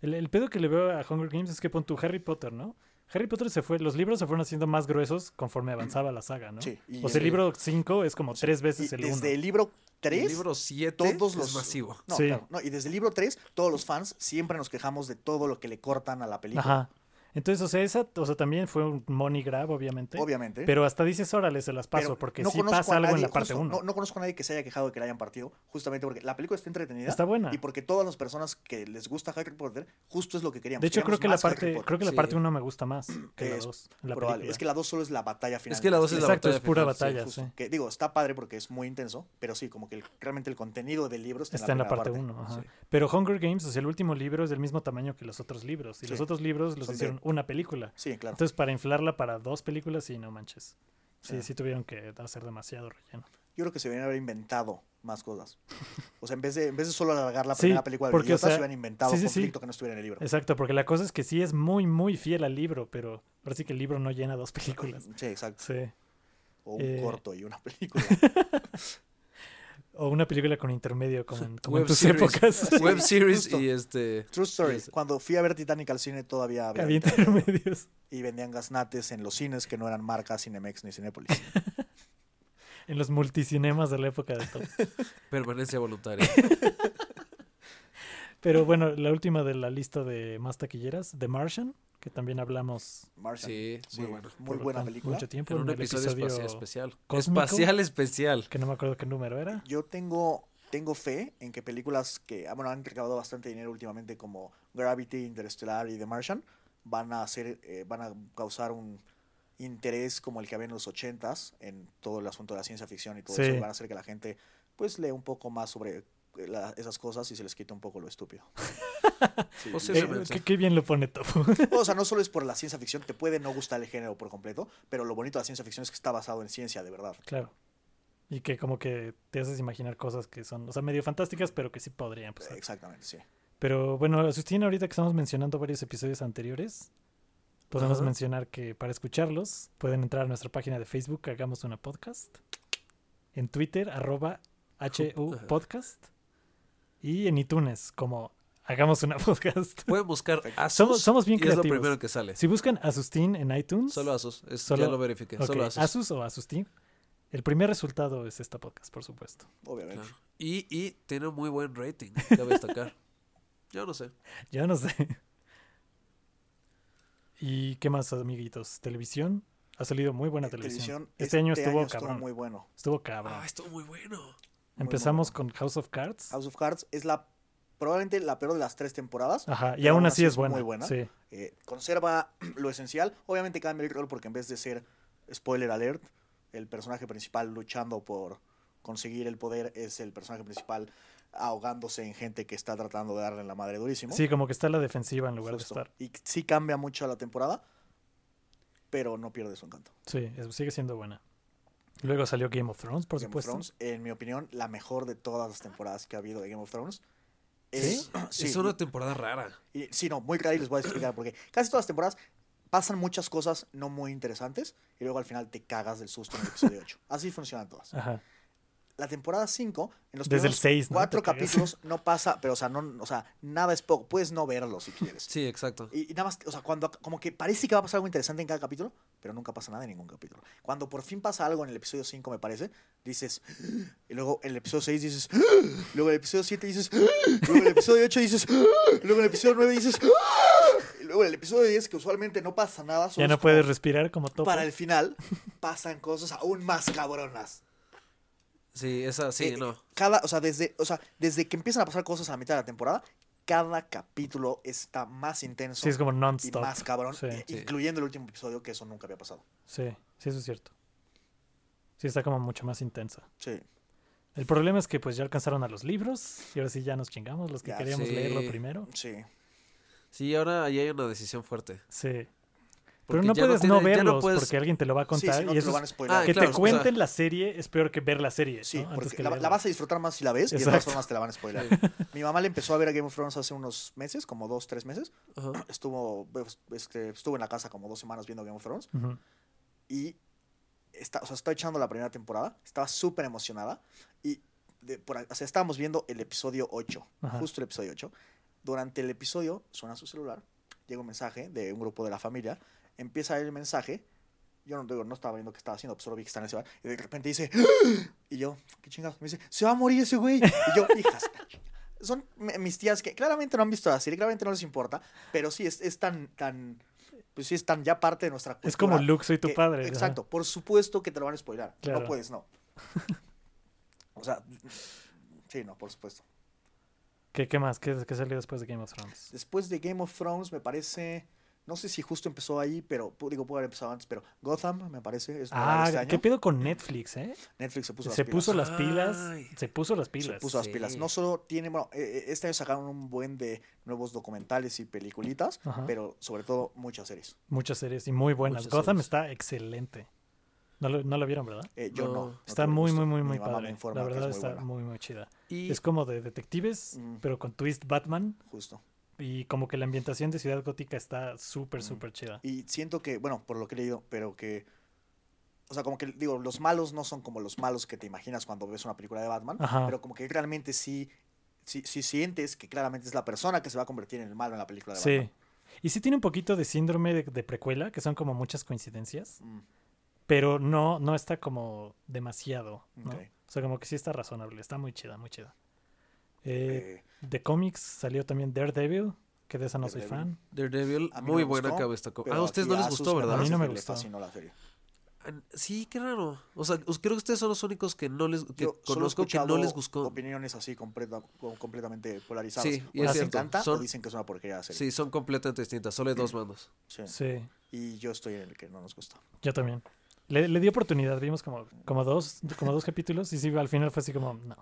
A: El, el pedo que le veo a Hunger Games es que pon tu Harry Potter, ¿no? Harry Potter se fue, los libros se fueron haciendo más gruesos conforme avanzaba la saga, ¿no?
C: Sí, y
A: o sea, el
C: el-
A: libro 5 es como tres
C: Y
A: veces el 1.
C: desde el libro 3
B: El libro 7
C: todos
B: es
C: los
B: masivo.
C: No,
A: Sí.
C: claro, no, y desde el libro 3, todos los fans siempre nos quejamos de todo lo que le cortan a la película.
A: Ajá. Entonces, o sea, esa, o sea, también fue un money grab, obviamente.
C: Obviamente.
A: Pero hasta dices, órale, se las paso,
C: Pero
A: porque
C: no
A: sí
C: conozco
A: pasa
C: a
A: algo en
C: nadie-
A: la parte
C: justo,
A: 1.
C: No, no conozco a nadie que se haya quejado de que la hayan partido, justamente porque la película está entretenida.
A: Está buena.
C: Y porque todas las personas que les gusta Harry Potter, justo es lo que queríamos.
A: De hecho, creo
C: queríamos
A: que la
C: más Harry
A: parte,
C: Potter.
A: creo que la
B: Sí.
A: parte 1 me gusta más que la
C: Es
A: 2. La
C: Probable.
A: película.
C: Es que la 2 solo es la batalla final.
B: Es que la dos es la
A: Exacto,
B: batalla
A: es pura
B: final, sí,
A: batalla,
C: Justo.
A: sí.
C: Que digo, está padre porque es muy intenso, pero sí, como que el- realmente el contenido del libro está,
A: Está en la
C: primera
A: parte 1.
B: sí.
A: Pero Hunger Games, o sea, el último libro es del mismo tamaño que los otros libros. Y los
C: Sí.
A: otros libros los
C: Son de-
A: hicieron una película.
C: Sí, claro.
A: Entonces, para inflarla para dos películas, sí, no manches. Sí,
C: Sí.
A: sí tuvieron que hacer demasiado relleno.
C: yo creo que se deberían haber inventado más cosas. O sea, en vez de, en vez de solo alargar la
A: Sí,
C: primera película de
A: porque,
C: idiotas,
A: o sea,
C: se hubieran inventado
A: sí, sí, sí.
C: conflicto que no estuviera en el libro.
A: Exacto, porque la cosa es que sí es muy, muy fiel al libro, pero ahora sí que el libro no llena dos [laughs] películas.
C: Sí, exacto.
A: Sí.
C: O un
A: Eh,
C: corto y
A: [laughs]
C: una película.
A: O una película con intermedio,
C: [laughs]
A: como en, como en
B: Web
A: tus
B: series.
A: épocas.
B: Web series
C: justo.
B: y este.
C: True story.
B: Sí.
C: Cuando fui a ver Titanic al cine todavía había
A: Había intermedios.
C: y vendían gaznates en los cines que no eran marcas Cinemex ni Cinépolis.
A: En los multicinemas de la época de Top.
B: Permanencia
C: [laughs]
B: voluntaria.
A: Pero bueno, la última de la lista de más taquilleras, The Martian, que también hablamos
C: Martian.
B: Sí,
C: Sí,
B: muy bueno.
C: Muy
A: por
C: buena
A: tan-
C: película.
A: mucho tiempo
B: En un episodio, espacial especial.
A: cósmico.
B: Espacial especial.
A: que no me acuerdo qué número era.
C: Yo tengo, tengo fe en que películas que ah, bueno, han recaudado bastante dinero últimamente, como Gravity, Interstellar y The Martian, van a, hacer, eh, van a causar un interés como el que había en los 80s en todo el asunto de la ciencia ficción y todo
A: Sí.
C: eso. y Van a hacer que la gente pues lea un poco más sobre eh, la- esas cosas y se les quita un poco
B: [laughs]
C: lo estúpido. Sí.
A: Eh,
B: Posiblemente.
A: qué, qué bien lo pone Topo.
C: O sea, no solo es por la ciencia ficción, te puede no gustar el género por completo, pero lo bonito de la ciencia ficción es que está basado en ciencia, de verdad.
A: claro. Y que como que te haces imaginar cosas que son, o sea, medio fantásticas, pero que sí podrían pasar.
C: Exactamente, sí.
A: Pero bueno, Asustín, ahorita que estamos mencionando varios episodios anteriores, podemos
B: Ajá.
A: mencionar que para escucharlos pueden entrar a nuestra página de Facebook, Hagamos una Podcast, en Twitter, arroba HU
B: Ajá.
A: Podcast, y en iTunes, como Hagamos una Podcast.
B: Pueden buscar Asus.
A: Somos, somos bien
B: y es lo
A: creativos.
B: primero que sale.
A: Si buscan Asustín en iTunes,
B: Solo Asus. es-
A: Solo-
B: ya lo verifiqué.
A: ok,
B: Solo Asus.
A: Asus o Asustín, el primer resultado es esta podcast, por supuesto.
C: Obviamente.
B: Claro. Y, y tiene muy buen rating. Cabe destacar. [laughs] Yo no sé.
A: Ya no sé. [laughs] ¿Y qué más, amiguitos? Televisión. Ha salido muy buena
C: Eh,
A: televisión. Este, año estuvo cabrón.
C: muy bueno.
A: Estuvo cabrón.
B: Ah, estuvo muy bueno.
C: muy
A: Empezamos con House of Cards.
C: House of Cards es la probablemente la peor de las tres temporadas.
A: Ajá, y
C: pero
A: aún así es buena.
C: Muy buena.
A: Sí,
C: Eh, conserva [clears throat] lo esencial. Obviamente cambia el rol porque en vez de ser spoiler alert, el personaje principal luchando por conseguir el poder es el personaje principal ahogándose en gente que está tratando de darle la madre durísimo.
A: Sí, como que está a la defensiva en lugar
C: Justo.
A: de estar.
C: Y sí cambia mucho la temporada, pero no pierde su encanto.
A: Sí, es- sigue siendo buena. Luego salió Game of Thrones, por
C: Game
A: supuesto.
C: of Thrones, en mi opinión, la mejor de todas las temporadas que ha habido de Game of Thrones. Es, [clears throat] ah, sí,
B: es una temporada rara.
C: y- sí, no, muy claro y les voy a explicar porque casi todas las temporadas pasan muchas cosas no muy interesantes y luego al final te cagas del susto en el episodio 8. Así funcionan todas.
A: Ajá.
C: La temporada 5, en los
A: Desde el
C: primeros
A: seis, ¿no?
C: cuatro
A: Te cagas.
C: capítulos no pasa, pero o sea, no, o sea, nada es poco, puedes no verlo si quieres.
B: Sí, exacto.
C: Y, y nada más, o sea, cuando como que parece que va a pasar algo interesante en cada capítulo, pero nunca pasa nada en ningún capítulo. Cuando por fin pasa algo en el episodio 5, me parece, dices, [gasps] "Ah", y luego en el episodio 6 dices, [gasps] "Ah", luego en el episodio 7 dices, [gasps] "Ah", luego en el episodio 8 dices, [gasps] "Ah", luego en el episodio 9 dices, [gasps] "Ah", y luego en el episodio 10, que usualmente no pasa nada,
A: [laughs]
C: solo
A: Ya no
C: es como
A: puedes respirar como topo.
C: para el final, pasan cosas aún más cabronas.
B: Sí, esa sí,
C: Eh,
B: no.
C: Cada, o sea, desde, o sea, desde que empiezan a pasar cosas a la mitad de la temporada, cada capítulo está más intenso
A: Sí, es como
C: y
A: non-stop.
C: más cabrón,
A: Sí,
C: i-
B: sí.
C: incluyendo el último episodio, que eso nunca había pasado.
A: sí, sí, eso es cierto. Sí, está como mucho más intensa.
C: Sí.
A: El problema es que pues ya alcanzaron a los libros y ahora sí ya nos chingamos los que
C: Ya,
A: queríamos
B: sí.
A: leerlo primero.
C: Sí.
B: Sí, ahora ahí hay una decisión fuerte.
A: Sí.
B: Porque
A: Pero no
B: ya
A: puedes no,
B: tiene- ya
A: verlos
B: puedes- [laughs]
A: porque alguien te lo va a contar
C: si no
A: y
C: te
A: eso
C: lo van a
A: es-
C: spoilear.
B: Ah,
A: que
B: claro,
A: te
B: o sea-
A: cuenten la serie es peor que ver la serie,
C: Sí,
A: ¿no? Antes
C: porque
A: que
C: la, la
A: leerla.
C: vas a disfrutar más si la ves y de todas
A: Exacto.
C: formas te la van a spoiler. Mi mamá le empezó a ver a Game of Thrones hace unos meses, como dos, tres meses.
B: Ajá.
C: Estuvo, pues, este, estuvo en la casa como dos semanas viendo Game of Thrones
A: Ujú.
C: y está, o sea, estaba echando la primera temporada, estaba súper emocionada y de- por, ahí- o sea, estábamos viendo el episodio 8,
A: Ajá.
C: justo el episodio 8. Durante el episodio suena su celular, llega un mensaje de un grupo de la familia, empieza a ver el mensaje, yo no, digo, no estaba viendo qué estaba haciendo, pues solo vi que estaba en ese bar, y de repente dice, "¡Ah!", y yo, qué chingados, me dice, se va a morir ese güey, y yo, [laughs] hijas. Son m- mis tías que claramente no han visto la serie, claramente no les importa, pero sí es, es tan, tan, pues sí es tan ya parte de nuestra cultura.
A: Es como Luke, soy tu
C: que-
A: padre. ajá.
C: Eh, Exacto, por supuesto que te lo van a spoilar.
A: Claro.
C: No puedes, no. O sea, sí, no, por supuesto.
A: ¿Qué, qué más? ¿Qué, qué salió después de Game of Thrones?
C: Después de Game of Thrones, me parece. No sé si justo empezó ahí, pero pu- digo, puede haber empezado antes, pero Gotham, me parece, es nueva de este
A: Ah,
C: año.
A: ¿qué pedo con Netflix, eh?
C: Netflix se puso las
A: Se
C: pilas.
A: puso las pilas.
B: Ay.
A: Se puso las
C: Se
A: pilas.
C: puso las
B: Sí.
C: pilas. No solo tiene, bueno, eh, eh, este año sacaron un buen de nuevos documentales y peliculitas,
A: Ajá.
C: pero sobre todo muchas series.
A: Muchas series y muy buenas.
B: Muchas
A: Gotham
B: series.
A: está excelente. No lo, no la vieron, ¿verdad?
C: Eh, yo
B: No.
C: no.
A: Está
C: no tuve
A: muy, muy,
C: gusto.
A: muy, muy
C: Mi mamá me
A: padre.
C: informa
A: La
C: que es
A: verdad
C: muy
A: está
C: buena.
A: muy, muy chida.
B: Y
A: Es como de detectives,
C: Mm.
A: pero con twist Batman.
C: Justo.
A: Y como que la ambientación de Ciudad Gótica está súper, súper chida.
C: Y siento que, bueno, por lo que he leído, pero que. O sea, como que digo, los malos no son como los malos que te imaginas cuando ves una película de Batman,
A: Ajá.
C: pero como que realmente sí, sí, sí sientes que claramente es la persona que se va a convertir en el malo en la película de
A: Sí.
C: Batman.
A: Y sí tiene un poquito de síndrome de, de precuela, que son como muchas coincidencias,
C: Mm,
A: pero no, no está como demasiado. ¿no?
C: Ok.
A: O sea, como que sí está razonable, está muy chida, muy chida. Eh,
C: eh,
A: De cómics salió también Daredevil, que de esa no soy
C: Daredevil.
A: fan.
B: Daredevil,
C: A mí no
B: muy
C: me
B: buena
C: gustó,
B: acaba esta co-
C: pero
B: Ah, a ustedes no
C: aquí
B: les
C: a
B: gustó,
C: sus
B: ¿verdad?
A: A mí no me
C: personajes
A: gustó.
C: Le fascinó la serie.
B: Ah, Sí, qué raro. O sea, us- creo que ustedes son los únicos que no les que
C: Yo solo he
B: conozco que no les
C: escuchado
B: gustó.
C: Opiniones así completa- com- completamente polarizadas.
B: Sí, y
C: o
B: es
C: les
B: cierto,
C: encanta o
B: son-
C: dicen que es una porquería la serie.
B: Sí, son completamente distintas. Solo hay dos bandos.
C: Sí.
A: Sí,
C: Y yo estoy en el que no nos gusta.
A: yo también. Le, le di oportunidad, vimos como, como, dos, como dos capítulos y sí, al final fue así como, no,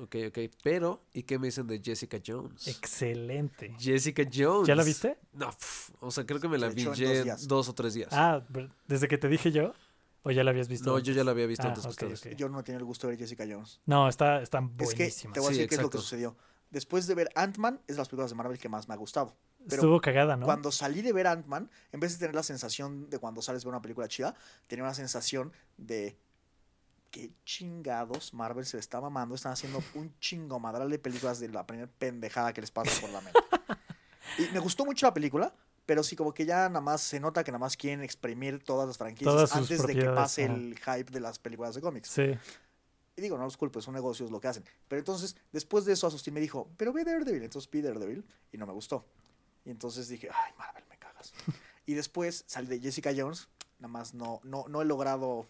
B: Ok, ok. Pero, ¿y qué me dicen de Jessica Jones?
A: excelente.
B: Jessica Jones.
A: ¿Ya la viste?
B: No, pf, o sea, creo que me la
C: Se
B: vi
C: echó en
B: ya
C: dos
B: en dos,
C: días.
B: o tres días.
A: Ah, pero ¿desde que te dije yo? ¿O ya la habías visto?
B: no, yo ya la había visto
A: Ah,
B: antes que
A: ok,
B: ustedes.
A: ok.
C: Yo no he tenido el gusto de ver Jessica Jones.
A: No, está, está
C: Es que
A: buenísima.
C: te voy a
B: Sí,
C: decir qué es lo que
B: exacto.
C: sucedió. Después de ver Ant-Man, es de las películas de Marvel que más me ha gustado. Pero
A: Estuvo cagada, ¿no?
C: cuando salí de ver Ant-Man, en vez de tener la sensación de cuando sales de ver una película chida, tenía una sensación de qué chingados Marvel se está mamando. Están
A: [laughs]
C: haciendo un chingo madral de películas de la primera pendejada que les pasa por la mente. Y me gustó mucho la película, pero sí, como que ya nada más se nota que nada más quieren exprimir todas las franquicias
A: Todas sus
C: antes de que
A: propiedades,
C: pase
A: ajá.
C: el hype de las películas de cómics.
A: Sí.
C: Y digo, no los culpes, son negocios lo que hacen. Pero entonces, después de eso, Asustín me dijo, pero ve Daredevil. Entonces vi Daredevil y no me gustó. Y entonces dije, ay, Marvel, me cagas. y después salí de Jessica Jones, nada más no, no, no he logrado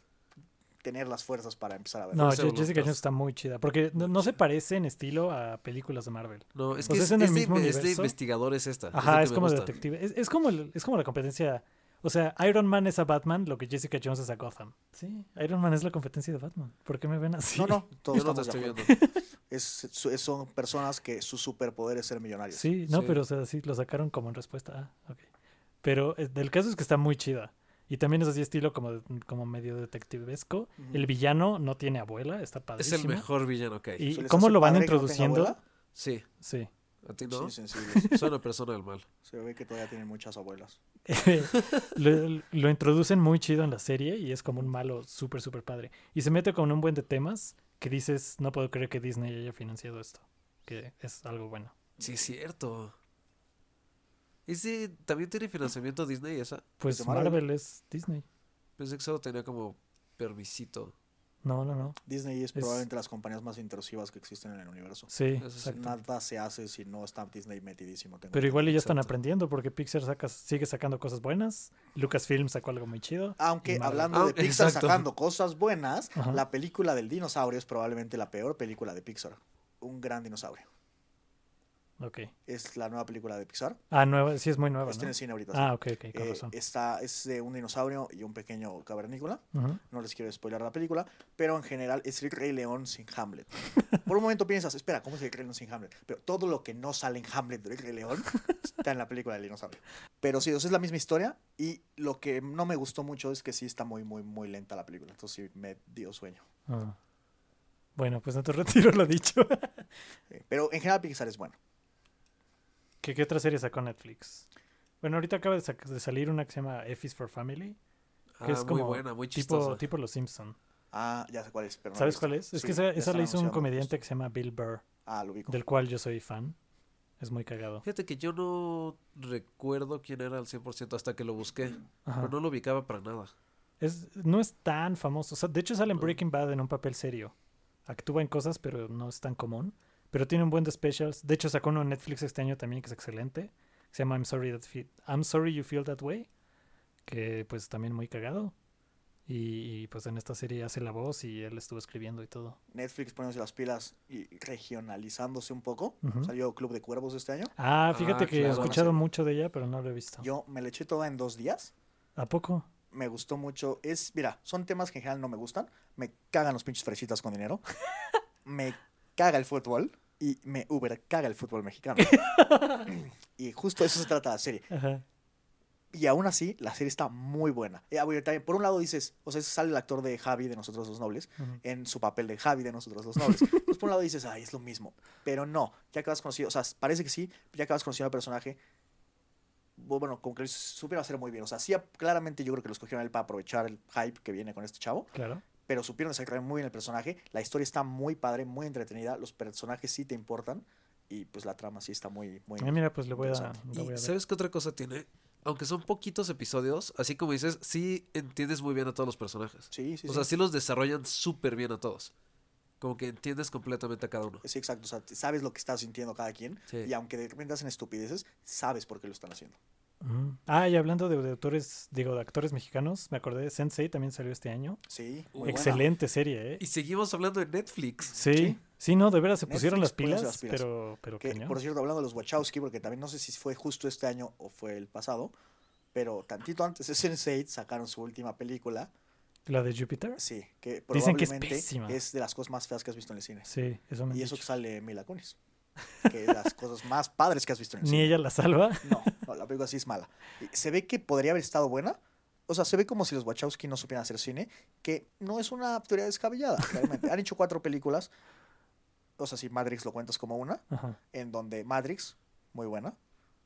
C: tener las fuerzas para empezar a ver.
A: No,
B: Fuerza de
A: Je- Jessica
B: voluntad.
A: Jones está muy chida. Porque no, no se parece en estilo a películas de Marvel.
B: No, es que
A: Pues
B: es,
A: es en el
B: es de-
A: mismo
B: es de,
A: universo.
B: investigadores esta.
A: Ajá,
B: lo
A: es
B: que me
A: como de
B: gusta.
A: detective. Es, es como el- es como la competencia. O sea, Iron Man es a Batman, lo que Jessica Jones es a Gotham. Sí, Iron Man es la competencia de Batman. ¿Por qué me ven así?
C: No, no, todos
B: Yo no te
C: estamos de
B: estoy
C: acuerdo.
B: viendo.
C: Es, su- son personas que su superpoder es ser millonarios.
A: Sí, no,
B: Sí.
A: pero o sea, sí, lo sacaron como en respuesta. Ah, ok. Pero eh, del caso es que está muy chida. Y también es así estilo como, de- como medio detectivesco.
C: Ujú.
A: El villano no tiene abuela, está
B: Es
A: padrísimo.
B: el mejor villano que hay.
A: Y
C: ¿Se les
A: cómo
C: hace
A: lo van
C: padre que no tenga
A: introduciendo.
C: abuela?
B: Sí,
A: sí. [laughs]
B: a ti no.
C: Sí, sensibles.
B: Soy una persona del mal.
C: Se ve que todavía tienen muchas abuelas.
A: lo, lo introducen muy chido en la serie y es como un malo súper, súper padre. Y se mete con un buen de temas que dices, no puedo creer que Disney haya financiado esto, que es algo bueno.
B: Sí, es cierto. ¿Y si también tiene financiamiento Disney esa?
A: Pues
C: de
A: Marvel.
C: Marvel.
A: es Disney.
B: Pensé que solo tenía como permisito.
A: No, no, no.
C: Disney es
A: Es-
C: probablemente las compañías más intrusivas que existen en el universo.
A: Sí,
B: Eso sí.
A: exacto.
C: Nada se hace si no está Disney metidísimo. tengo
A: Pero
C: entendido.
A: igual y ya están
B: Exacto.
A: aprendiendo porque Pixar saca- sigue sacando cosas buenas. Lucasfilm sacó algo muy chido. y
C: Aunque
A: Marvel.
C: hablando de
B: Ah,
C: Pixar
B: exacto.
C: sacando cosas buenas,
A: Ajá.
C: la película del dinosaurio es probablemente la peor película de Pixar. Un gran dinosaurio.
A: Ok.
C: Es la nueva película de Pixar.
A: Ah, nueva, sí es muy nueva.
C: está
A: ¿no?
C: en el cine ahorita. sí.
A: Ah, ok, ok, con
C: Eh,
A: razón.
C: está, es de un dinosaurio y un pequeño cavernícola.
A: Ujú.
C: No les quiero spoiler la película, pero en general es el Rey León sin Hamlet. Por un momento piensas, espera, ¿cómo es el Rey León sin Hamlet? Pero todo lo que no sale en Hamlet del Rey León [laughs] está en la película del dinosaurio. Pero sí, o sea, es la misma historia y lo que no me gustó mucho es que sí está muy, muy, muy lenta la película. Entonces sí me dio sueño.
A: Ah. Bueno, pues no te [laughs] retiro lo dicho.
C: Eh, Pero en general Pixar es bueno.
A: ¿Qué, qué otra serie sacó Netflix? Bueno, ahorita acaba de, sac- de salir una que se llama F is for Family.
B: Ah,
A: Que es
B: muy
A: como
B: buena, muy
A: Tipo,
B: chistosa.
A: tipo Los Simpson.
C: Ah, ya sé cuál es. Pero no la he
A: ¿Sabes
C: visto.
A: cuál es? Es
C: Sí,
A: que esa,
C: ya
A: esa
C: están
A: la hizo un
C: anunciando
A: comediante
C: justo.
A: que se llama Bill Burr,
C: Ah, lo ubico.
A: del cual yo soy fan. Es muy cagado.
B: Fíjate que yo no recuerdo quién era al 100% hasta que lo busqué,
A: Ajá.
B: pero no lo ubicaba para nada.
A: Es, no es tan famoso. O sea, de hecho sale
B: Mm.
A: en Breaking Bad en un papel serio. Actúa en cosas, pero no es tan común. Pero tiene un buen de specials. De hecho, sacó uno en Netflix este año también que es excelente. Se llama I'm Sorry, that Fe- I'm Sorry You Feel That Way. Que pues también muy cagado. Y, y, pues en esta serie hace la voz y él estuvo escribiendo y todo.
C: Netflix poniéndose las pilas y regionalizándose un poco.
A: Ujú.
C: Salió Club de Cuervos este año.
A: Ah, fíjate
B: Ah,
A: que he
B: claro.
A: escuchado mucho de ella, pero no lo he visto.
C: Yo me la eché toda en dos días.
A: ¿A poco?
C: me gustó mucho. Es, mira, son temas que en general no me gustan. Me cagan los pinches fresitas con dinero. me caga el fútbol. Y me uber caga el fútbol mexicano. y justo de eso se trata la serie.
A: Ajá.
C: Y aún así, la serie está muy buena. Y, ah, bueno, también, por un lado dices, o sea, sale el actor de Javi de Nosotros los Nobles,
A: Ujú.
C: en su papel de Javi de Nosotros los Nobles. Entonces, por un lado dices, ay, es lo mismo. Pero no, ya acabas conociendo, o sea, parece que sí, ya acabas conociendo al personaje. Bu- Bueno, como que lo supieron hacer muy bien. O sea, sí, claramente yo creo que lo escogieron a él para aprovechar el hype que viene con este chavo
A: Claro.
C: pero supieron desarrollar muy bien el personaje. La historia está muy padre, muy entretenida. Los personajes sí te importan. Y pues la trama sí está muy, muy.
A: Ah, mira, pues le voy a,
C: Interesante.
A: le voy a
B: Y
A: dar.
B: ¿sabes qué otra cosa tiene? Aunque son poquitos episodios, así como dices, sí entiendes muy bien a todos los personajes.
C: Sí, sí,
B: o
C: sí.
B: sea, sí los desarrollan súper bien a todos. Como que entiendes completamente a cada uno.
C: Sí, exacto. O sea, te- sabes lo que está sintiendo cada quien.
B: Sí.
C: Y aunque de repente hacen estupideces, sabes por qué lo están haciendo.
A: Ujú. Ah, y hablando de, de autores, digo, de actores mexicanos, me acordé de Sensei, también salió este año.
C: Sí.
B: Muy buena.
A: Excelente serie, ¿eh?
B: Y seguimos hablando de Netflix.
A: Sí, sí,
C: Sí.
A: no, de veras se
C: Netflix
A: pusieron las pilas,
C: poniéndose las pilas.
A: pero, pero
C: Que,
A: cañón.
C: por cierto, hablando de los Wachowski, porque también no sé si fue justo este año o fue el pasado, pero tantito antes de Sense8 sacaron su última película.
A: ¿La de Júpiter?
C: Sí, que
A: Dicen que es
C: probablemente
A: pésima.
C: es de las cosas más feas que has visto en el cine.
A: Sí, eso me han
C: Y eso que
A: dicho.
C: sale Mila Kunis.
A: [laughs]
C: Que es las cosas más padres que has visto en el
A: Ni
C: cine.
A: ella la salva.
C: No, no, la película sí es mala. Y Se ve que podría haber estado buena. O sea, se ve como si los Wachowski no supieran hacer cine, que no es una teoría descabellada, realmente. Han hecho cuatro películas. O sea, si Matrix lo cuentas como una,
A: [laughs] Ajá.
C: en donde Matrix, muy buena.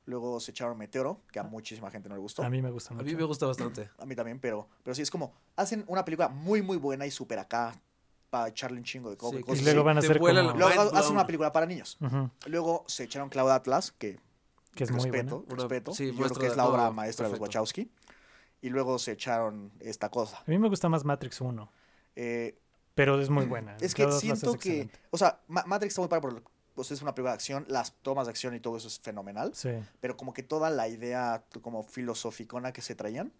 C: Luego se echaron Meteoro, que a muchísima gente no le gustó.
A: Ah. A mí me gusta
B: A
A: mucho.
B: mí me gusta bastante.
C: A mí también, pero, pero sí, es como, hacen una película muy, muy buena y super acá, para echarle un chingo de coco
B: Sí,
C: y
A: Y
B: que
C: cosas
A: luego
C: así.
A: van a
B: te
A: hacer
B: vuela
A: como-
B: la
C: Luego
B: mind
C: hacen una
B: blown.
C: película para niños.
A: Ujú,
C: Luego se echaron Cloud Atlas, que
A: Que es muy
C: respeto,
A: bueno.
B: Una-
C: respeto.
B: sí,
C: yo creo
B: muestra
C: que
B: de-
C: es la obra
B: no,
C: maestra de los
B: perfecto.
C: Wachowski. Y luego se echaron esta cosa.
A: A mí me gusta más Matrix 1,
C: Eh,
A: pero es muy buena.
C: es que
A: Todas las
C: siento
A: es
C: que,
A: excelente.
C: o sea, Ma- Matrix está muy padre porque pues, es una película de acción, las tomas de acción y todo eso es fenomenal,
A: Sí.
C: pero como que toda la idea como filosoficona que se traían,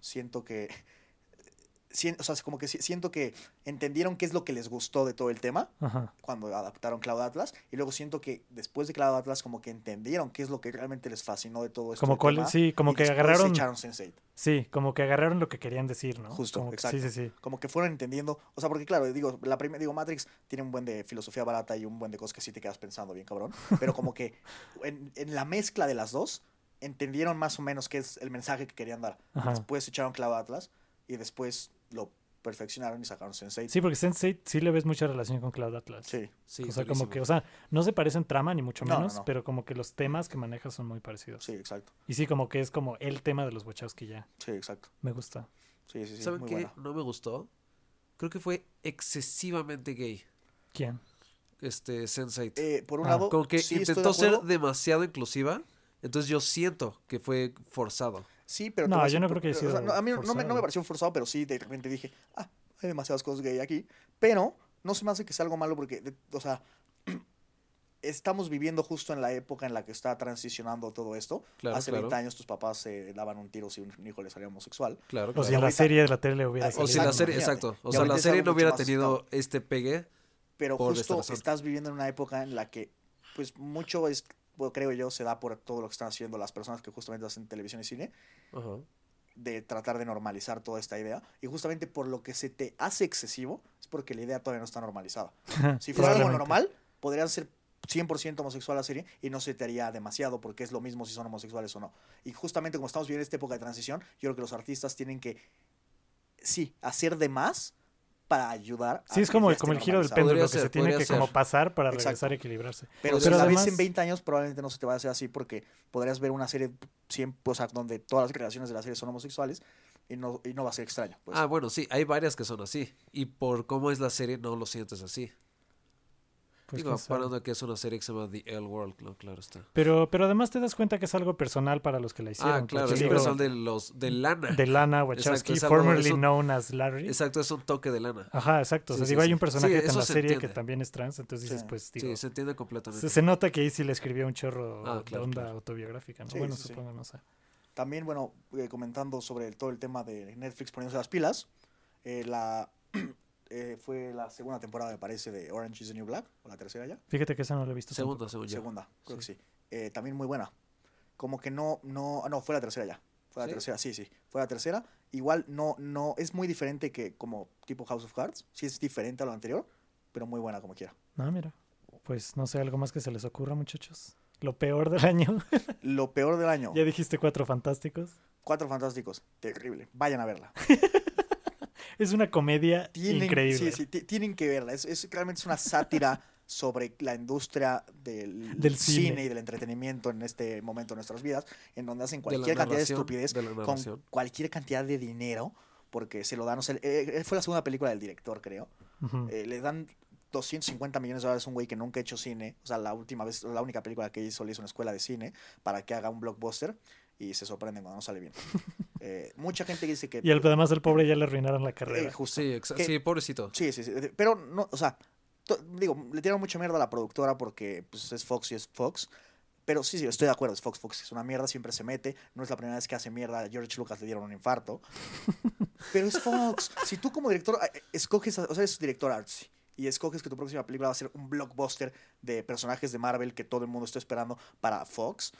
C: siento que, [laughs] sien- o sea, como que si- siento que entendieron qué es lo que les gustó de todo el tema
A: Ajá.
C: cuando adaptaron Cloud Atlas y luego siento que después de Cloud Atlas como que entendieron qué es lo que realmente les fascinó de todo este esto.
A: Como cuál- sí, como que agarraron-
C: echaron Sense8.
A: Sí, como que agarraron lo que querían decir, ¿no?
C: Justo,
A: Como que-
C: exacto.
A: Sí, sí, sí.
C: Como que fueron entendiendo, o sea, porque claro, digo, la primera digo Matrix tiene un buen de filosofía barata y un buen de cosas que sí te quedas pensando bien cabrón, pero como que
B: [laughs]
C: en, en la mezcla de las dos entendieron más o menos qué es el mensaje que querían dar.
A: Ajá.
C: Después echaron Cloud Atlas y después lo perfeccionaron y sacaron Sense8.
A: Sí, porque Sensei sí le ves mucha relación con Cloud Atlas.
C: Sí.
B: Sí,
A: o sea,
B: durísimo.
A: como que, o sea, no se parecen trama ni mucho
C: No, no,
A: menos,
C: no.
A: pero como que los temas que maneja son muy parecidos.
C: Sí, exacto.
A: Y sí, como que es como el tema de los Wachowski ya.
C: Sí, exacto.
A: Me gusta.
C: Sí, sí, sí,
B: ¿Saben
C: muy
B: qué?
C: buena.
B: No me gustó. Creo que fue excesivamente gay.
A: ¿Quién?
B: Este Sense8.
C: Eh, por un
A: Ah,
C: lado,
B: como que
C: sí estoy de
B: intentó ser
C: acuerdo.
B: demasiado inclusiva. Entonces yo siento que fue forzado.
C: Sí, pero... te
A: No,
C: voy a
A: yo
C: decir
A: no creo
C: por-
A: que haya
C: o sea,
A: sido
C: no, a mí no- no me, no
A: forzado.
C: me pareció forzado, pero sí, de repente dije, ah, hay demasiadas cosas gay aquí. Pero no se me hace que sea algo malo porque, de- o sea, [clears throat] estamos viviendo justo en la época en la que está transicionando todo esto.
B: Claro,
C: Hace
B: claro.
C: 20 años tus papás se daban un tiro si un hijo les salía homosexual.
B: Claro,
A: O
B: claro.
A: si
C: sea,
A: la
C: ahorita-
A: serie de la tele hubiera
C: Ah,
B: O
A: salido.
B: si
A: [laughs]
B: la serie,
C: Imagínate.
B: exacto.
C: Y
B: O sea,
C: ahorita
B: la
C: es
B: serie
C: algo
B: no
C: mucho
B: hubiera
C: más
B: tenido
C: aceptable.
B: este pegue.
C: Pero
B: Por esta
C: justo
B: razón.
C: estás viviendo en una época en la que, pues, mucho es, bueno, creo yo, se da por todo lo que están haciendo las personas que justamente hacen televisión y cine.
B: Ajá.
C: de tratar de normalizar toda esta idea. Y justamente por lo que se te hace excesivo es porque la idea todavía no está normalizada. Si fuera algo
A: Probablemente.
C: normal, podrían ser 100% homosexual la serie y no se te haría demasiado porque es lo mismo si son homosexuales o no. Y justamente como estamos viviendo esta época de transición, yo creo que los artistas tienen que, sí, hacer de más para ayudar. a
A: Sí, es
C: que
A: como,
C: ya
A: el- como
C: esté
A: el giro del
C: normalizado.
A: péndulo
B: Podría
A: que se
B: ser,
A: tiene que
B: podría
A: como
B: ser.
A: pasar para
C: Exacto.
A: regresar a equilibrarse.
C: Pero si
B: Pero
C: la
A: además-
C: ves en 20 años, probablemente no se te va a hacer así porque podrías ver una serie 100, o sea, donde todas las creaciones de la serie son homosexuales y no, y no va a ser extraño. pues.
B: Ah, bueno, sí, hay varias que son así. Y por cómo es la serie, no lo sientes así.
A: Pues,
B: Digo,
A: quién sabe.
B: parando que es una serie que se llama The L World, ¿no? Claro está.
A: pero, pero además te das cuenta que es algo personal para los que la hicieron.
B: ah, claro,
A: porque
B: es
A: digo,
B: personal de los de lana.
A: de Lana
B: Exacto,
A: Wachowski,
B: es algo-
A: formerly
B: es un-
A: known as Larry.
B: Exacto, es un toque de lana.
A: Ajá, exacto. o sea,
B: Sí, sí,
A: digo, hay
B: sí.
A: un personaje
B: Sí,
A: en
B: eso
A: la
B: se
A: serie que
B: entiende.
A: también es trans, entonces dices,
C: Sí.
A: pues digo,
B: sí, se entiende completamente.
A: Se, se nota que ahí sí le escribió un chorro
B: Ah,
A: de
B: claro,
A: onda
B: claro.
A: autobiográfica, ¿no?
C: Sí,
A: bueno,
C: sí, sí.
A: supongo, no sé.
C: También, bueno, eh, comentando sobre el- todo el tema de Netflix poniéndose las pilas, eh, la, [clears throat] eh, fue la segunda temporada, me parece, de Orange is the New Black, o la tercera ya.
A: Fíjate que esa no la he visto.
B: Segundo, según yo.
C: Segunda, creo
B: Sí.
C: que sí. Eh, también muy buena. Como que no, no, ah, no, fue la tercera ya. Fue la
B: ¿Sí?
C: tercera, sí, sí. Fue la tercera. Igual no, no, es muy diferente que como tipo House of Cards. Sí es diferente a lo anterior, pero muy buena como quiera.
A: tampoco. Ah, mira. Pues no sé, algo más que se les ocurra, muchachos. Lo peor del [laughs] año.
C: Lo peor del año.
A: ya dijiste cuatro fantásticos.
C: Cuatro Fantásticos. Terrible. Vayan a verla.
A: Es una comedia
C: Tienen,
A: increíble.
C: sí, sí, ti- tienen que verla. Es, es- realmente es una sátira [laughs] sobre la industria del,
A: Del cine.
C: y del entretenimiento en este momento de nuestras vidas, en donde hacen
B: la
C: cualquier cantidad de
B: narración,
C: estupidez
B: de la narración.
C: con cualquier cantidad de dinero, porque se lo dan. O sea, eh, eh, fue la segunda película del director, creo.
A: Ujú.
C: Eh, le dan 250 millones de dólares a un güey que nunca ha hecho cine. O sea, la última vez, la única película que hizo, le hizo una escuela de cine para que haga un blockbuster y se sorprenden cuando no sale
A: [laughs]
C: bien. Eh, mucha gente dice que.
A: Y al- además el pobre ya le arruinaron la
C: eh,
A: carrera.
C: justo.
B: Sí, exa-
C: Que-
B: sí, pobrecito.
C: Sí, sí, sí. de- Pero no, o sea, to- digo, le tiraron mucha mierda a la productora porque pues, es Fox y es Fox. Pero sí, sí, estoy de acuerdo, es Fox. Fox es una mierda, siempre se mete. No es la primera vez que hace mierda. A George Lucas le dieron un infarto. Pero es Fox. Si tú como director eh, eh, escoges, a- o sea, eres director artsy y escoges que tu próxima película va a ser un blockbuster de personajes de Marvel que todo el mundo está esperando para Fox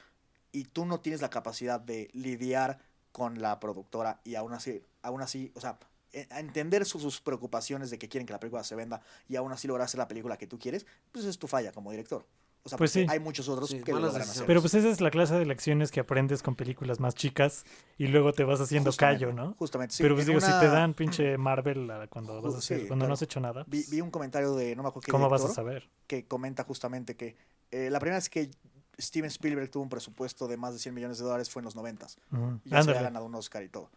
C: y tú no tienes la capacidad de lidiar con la productora y aún así, aún así, o sea, e- a entender su- sus preocupaciones de que quieren que la película se venda y aún así lograr hacer la película que tú quieres, pues es tu falla como director. O sea,
A: Pues
C: porque
A: sí.
C: hay muchos otros
B: Sí,
C: que lo
B: malas
C: logran
B: decisiones.
C: hacer.
A: Pero pues esa es la clase de lecciones que aprendes con películas más chicas y luego te vas haciendo
C: Justamente,
A: callo, ¿no?
C: Justamente, sí.
A: Pero pues
C: en
A: digo, si te
C: una-
A: dan pinche Marvel a- cuando vas a
C: Ju-
A: hacer,
C: sí,
A: cuando no
C: claro.
A: has hecho nada,
C: Vi, vi un comentario de, no me acuerdo qué
A: ¿cómo vas a
C: director,
A: saber?
C: que comenta justamente que eh, la primera vez que Steven Spielberg tuvo un presupuesto de más de 100 millones de dólares fue en los 90
A: Ujú.
C: y ya se había
A: Ándale.
C: ganado un Oscar y todo.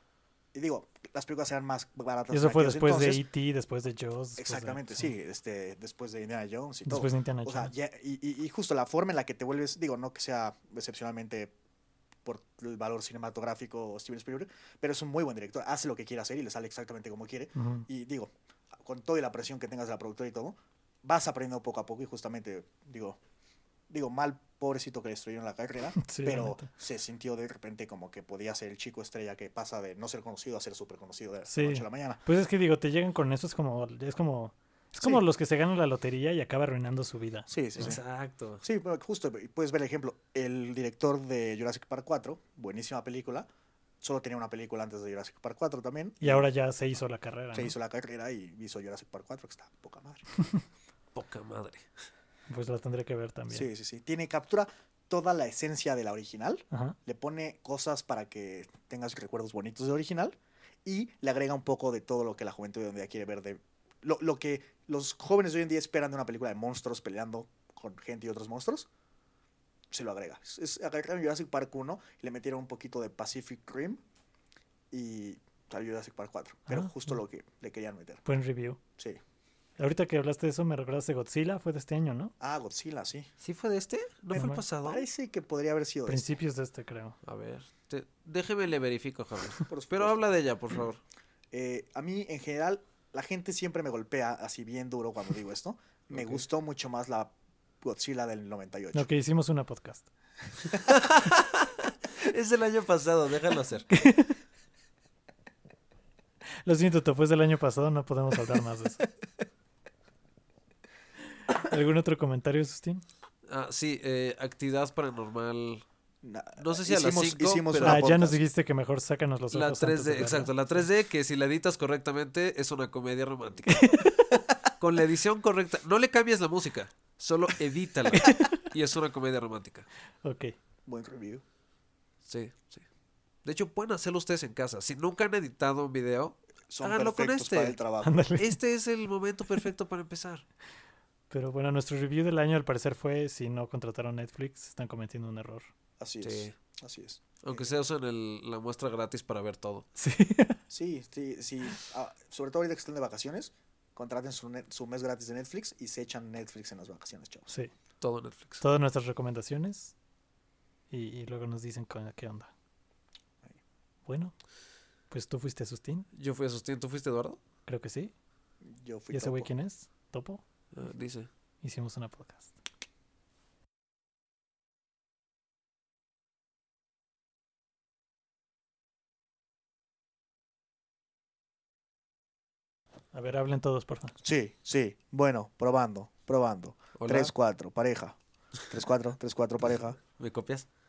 C: Y digo, las películas eran más baratas.
A: Y eso
C: en
A: fue
C: aquellos
A: después
C: entonces.
A: de E.T., después de Jaws. después de-
C: Exactamente, sí, este, después de Indiana Jones y todo.
A: Después de Indiana
C: O sea,
A: Jones.
C: ya- y, y- y justo la forma en la que te vuelves, digo, no que sea excepcionalmente por el valor cinematográfico o Steven Spielberg, pero es un muy buen director, hace lo que quiere hacer y le sale exactamente como quiere.
A: Ujú.
C: Y digo, con toda la presión que tengas de la productora y todo, vas aprendiendo poco a poco y justamente, digo, digo, mal pobrecito que le destruyeron la carrera,
A: [laughs] Sí, la
C: pero
A: neta.
C: se sintió de repente como que podía ser el chico estrella que pasa de no ser conocido a ser súper conocido de la
A: Sí.
C: noche a la mañana.
A: Pues es que digo, te llegan con eso, es como, es como, es como
C: Sí.
A: los que se ganan la lotería y acaba arruinando su vida.
C: Sí, sí, sí.
B: Exacto.
C: Sí, bueno, justo, y puedes ver el ejemplo. El director de Jurassic Park 4, buenísima película, solo tenía una película antes de Jurassic Park 4 también.
A: Y ahora ya se hizo la carrera.
C: Se
A: ¿no?
C: hizo la carrera y hizo Jurassic Park 4, que está poca madre.
B: Poca madre.
A: Pues la tendré que ver también.
C: Sí, sí, sí. Tiene, captura toda la esencia de la original,
A: Ajá.
C: le pone cosas para que tengas recuerdos bonitos de original y le agrega un poco de todo lo que la juventud de hoy en día quiere ver de... Lo, lo que los jóvenes de hoy en día esperan de una película de monstruos peleando con gente y otros monstruos, se lo agrega. Es, es- agarraron Jurassic Park 1 y le metieron un poquito de Pacific Rim y salió Jurassic Park 4, pero
A: Ah,
C: justo
A: mira.
C: lo que le querían meter.
A: Buen review.
C: Sí.
A: Ahorita que hablaste de eso, me recordaste Godzilla, fue de este año, ¿no?
C: Ah, Godzilla, sí.
B: ¿Sí fue de este? ¿No
A: Me
B: fue el
A: ma-
B: pasado?
C: Parece que podría haber sido... este.
A: Principios de este, creo.
B: A ver, te- déjeme le verifico, [laughs] Javier.
C: Por supuesto.
B: Pero habla de ella, por favor.
C: Eh, a mí, en general, la gente siempre me golpea así bien duro cuando digo esto. Me
B: Ok.
C: gustó mucho más la Godzilla del 98.
A: Lo que hicimos una podcast.
B: [laughs] Es del año pasado, déjalo hacer.
A: Lo siento, te fue del año pasado, no podemos hablar más
C: [laughs]
A: de eso. ¿Algún otro comentario, Sustín?
B: [laughs] Ah, sí, eh, actividad paranormal.
C: Na-
B: No sé si a las
C: hicimos-
B: cinco,
C: hicimos
B: pero-
C: una
A: Ah, ya
C: podcast.
A: nos dijiste que mejor sácanos los ojos.
B: La
A: antes de
B: 3D,
A: verla.
B: exacto, la 3D que si la editas correctamente es una comedia [laughs] romántica. Con la edición correcta, no le cambies la música, solo edítala y es una comedia romántica.
A: Ok.
C: Buen review.
B: Sí, sí. De hecho, pueden hacerlo ustedes en casa. Si nunca han editado un video,
C: Son
B: Háganlo con
C: perfectos
B: este.
C: para el trabajo.
A: Ándale.
B: este es el momento perfecto para empezar.
A: Pero bueno, nuestro review del año al parecer fue si no contrataron Netflix, están cometiendo un error.
C: Así es.
B: Sí.
C: Así es.
B: Aunque sea usen el- la muestra gratis para ver todo.
A: Sí.
C: Sí, sí, sí. Ah, sobre todo ahorita que estén de vacaciones, contraten su, net- su mes gratis de Netflix y se echan Netflix en las vacaciones, chavos.
A: Sí.
B: Todo Netflix.
A: Todas nuestras recomendaciones. Y, y luego nos dicen con- qué onda. Bueno, pues tú fuiste Sustín,
B: Yo fui a Sustín, ¿tú fuiste Eduardo?
A: creo que sí.
C: Yo fui
A: ¿Y ese güey
C: topo.
A: quién es? Topo.
B: Ah, dice.
A: Hicimos una podcast. A ver, hablen todos, por favor.
C: Sí, sí. Bueno, probando, probando.
B: Hola,
C: 3-4, pareja. 3-4, 3-4, pareja.
B: ¿me copias?